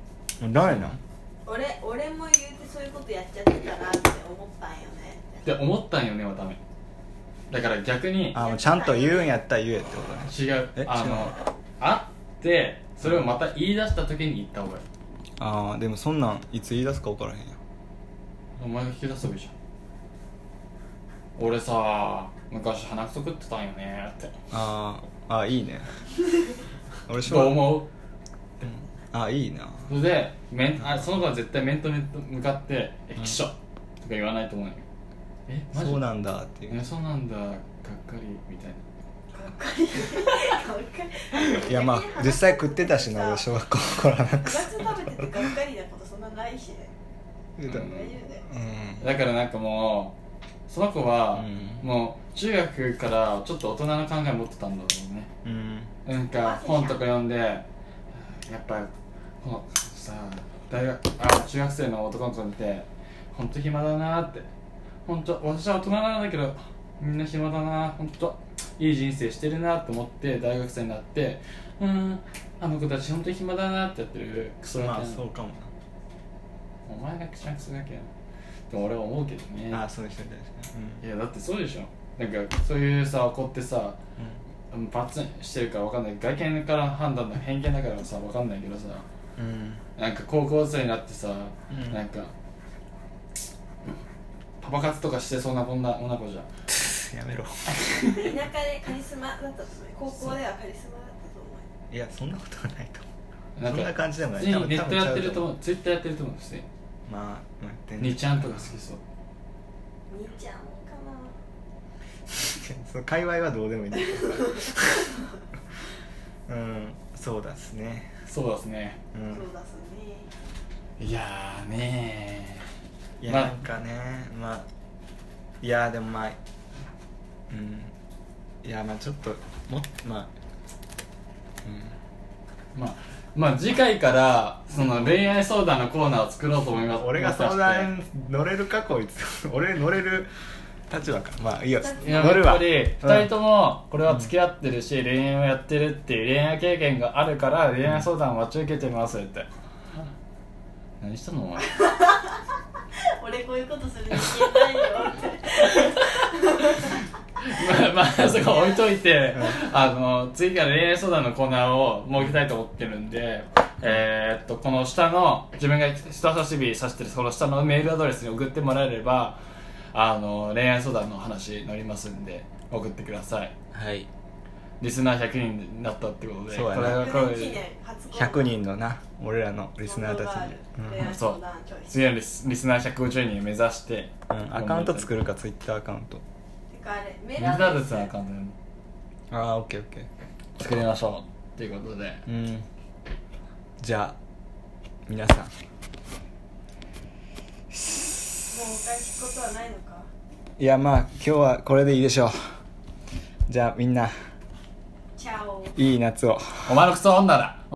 [SPEAKER 1] 誰なん
[SPEAKER 4] 俺俺も言うてそういうことやっちゃってたなって思ったんよね
[SPEAKER 2] で思ったんよねはダメだから逆に
[SPEAKER 1] あもうちゃんと言うんやったら言えってことね
[SPEAKER 2] 違う
[SPEAKER 1] え
[SPEAKER 2] あのあってそれをまた言い出した時に言った方がいい
[SPEAKER 1] ああでもそんなんいつ言い出すか分からへんやん
[SPEAKER 2] お前が引き出せばいいじゃん俺さ昔鼻くそ食ってたんよねって
[SPEAKER 1] あーあーい いね俺
[SPEAKER 2] どう
[SPEAKER 1] 小
[SPEAKER 2] 思う
[SPEAKER 1] あいいな
[SPEAKER 2] それでめんあその子は絶対面と面と向かって「え
[SPEAKER 1] うん
[SPEAKER 2] きしょ!」とか言わないと思うよえマジ
[SPEAKER 1] そうなんだっていう
[SPEAKER 2] えそうなんだがっかりみたいな
[SPEAKER 4] がっかりがっかり
[SPEAKER 1] いやまあ実際食ってたしな俺小学校の頃はな
[SPEAKER 4] 部
[SPEAKER 1] んか
[SPEAKER 4] 活食べててがっかりなことそんなないしね
[SPEAKER 1] うん
[SPEAKER 4] 大丈夫だよ
[SPEAKER 2] だからなんかもうその子は、
[SPEAKER 1] うん
[SPEAKER 2] もう中学からちょっと大人の考え持ってたんだろうね
[SPEAKER 1] うん
[SPEAKER 2] なんか本とか読んでやっぱこのさ大学あ中学生の男の子見て本当暇だなーって本当私は大人なんだけどみんな暇だな本当いい人生してるなと思って大学生になってうーんあの子たち本当に暇だなってやってるクソガキなの、
[SPEAKER 1] かも
[SPEAKER 2] お前がクソガキやなって俺は思うけどね
[SPEAKER 1] あそうですよね
[SPEAKER 2] いやだってそうでしょなんかそういうさ怒ってさ
[SPEAKER 1] う
[SPEAKER 2] バツンしてるかわかんない外見から判断の偏見だからさわかんないけどさ
[SPEAKER 1] んうん
[SPEAKER 2] なんか高校生になってさ、
[SPEAKER 1] うん
[SPEAKER 2] なんかパパ活とかしてそうな女女子じゃん
[SPEAKER 1] やめろ
[SPEAKER 4] ね田舎でカリスマだったと思う高校ではカリスマだったと思う
[SPEAKER 1] いやそんなことはないと
[SPEAKER 2] な
[SPEAKER 1] 思う
[SPEAKER 2] んか
[SPEAKER 1] そんな感じでもな
[SPEAKER 2] 普
[SPEAKER 1] い
[SPEAKER 2] 通
[SPEAKER 1] 多
[SPEAKER 2] に
[SPEAKER 1] 分
[SPEAKER 2] ネットやってると
[SPEAKER 1] 多分ちゃう
[SPEAKER 2] 思うツイッターやってると思うし
[SPEAKER 1] うまあまあやってんね
[SPEAKER 2] 2ちゃんとか好きそう
[SPEAKER 4] 兄ちゃんかな
[SPEAKER 1] その界隈はどうでもいいんだけどさうんそうだっすね
[SPEAKER 2] そうですね
[SPEAKER 1] う
[SPEAKER 4] そ
[SPEAKER 1] ん
[SPEAKER 4] うだすね
[SPEAKER 2] いやーね
[SPEAKER 1] いや
[SPEAKER 2] まあ
[SPEAKER 1] なんかねまあいやでもまあうんいやまあちょっともっまあ
[SPEAKER 2] ーまあまあ次回からその恋愛相談のコーナーを作ろうと思います
[SPEAKER 1] 俺が相談乗れるかこいつ 俺乗れる立場かまあいいよ
[SPEAKER 2] いや
[SPEAKER 1] 乗るわ
[SPEAKER 2] やっぱり2人ともこれは付き合ってるし、恋愛をやってるっていう恋愛経験があるから恋愛相談を待ち受けてますって、何したのお前
[SPEAKER 4] 俺こういうことする人間ないよ って
[SPEAKER 2] まあまあそこ置いといて、あの次から恋愛相談のコーナーを設けたいと思ってるんでえーっとこの下の自分が人差し指さしてるその下のメールアドレスに送ってもらえればあの恋愛相談の話乗りますんで送ってください
[SPEAKER 1] はい
[SPEAKER 2] リスナー100人になったってことで
[SPEAKER 1] そうやな
[SPEAKER 2] これがこれ
[SPEAKER 4] 記念初公
[SPEAKER 1] 100人のな俺らのリスナーたちに、
[SPEAKER 4] 恋愛相談チョイス
[SPEAKER 2] 次はリスリスナー150人目指して、
[SPEAKER 1] うんうん、アカウント作るかツイッターアカウント
[SPEAKER 4] てかあれメー
[SPEAKER 2] メー
[SPEAKER 4] ル
[SPEAKER 2] ル
[SPEAKER 4] アド
[SPEAKER 2] アド
[SPEAKER 4] レ
[SPEAKER 2] レ
[SPEAKER 4] ス
[SPEAKER 2] スのアカウン
[SPEAKER 1] ああオッケーオッケ
[SPEAKER 2] ト作りましょうということで
[SPEAKER 1] ーうんじゃあ皆さん
[SPEAKER 4] もうお返しことはないのか
[SPEAKER 1] いやまあ今日はこれでいいでしょうじゃあみんな
[SPEAKER 4] チャオ
[SPEAKER 1] いい夏を
[SPEAKER 2] お前のクソ女だ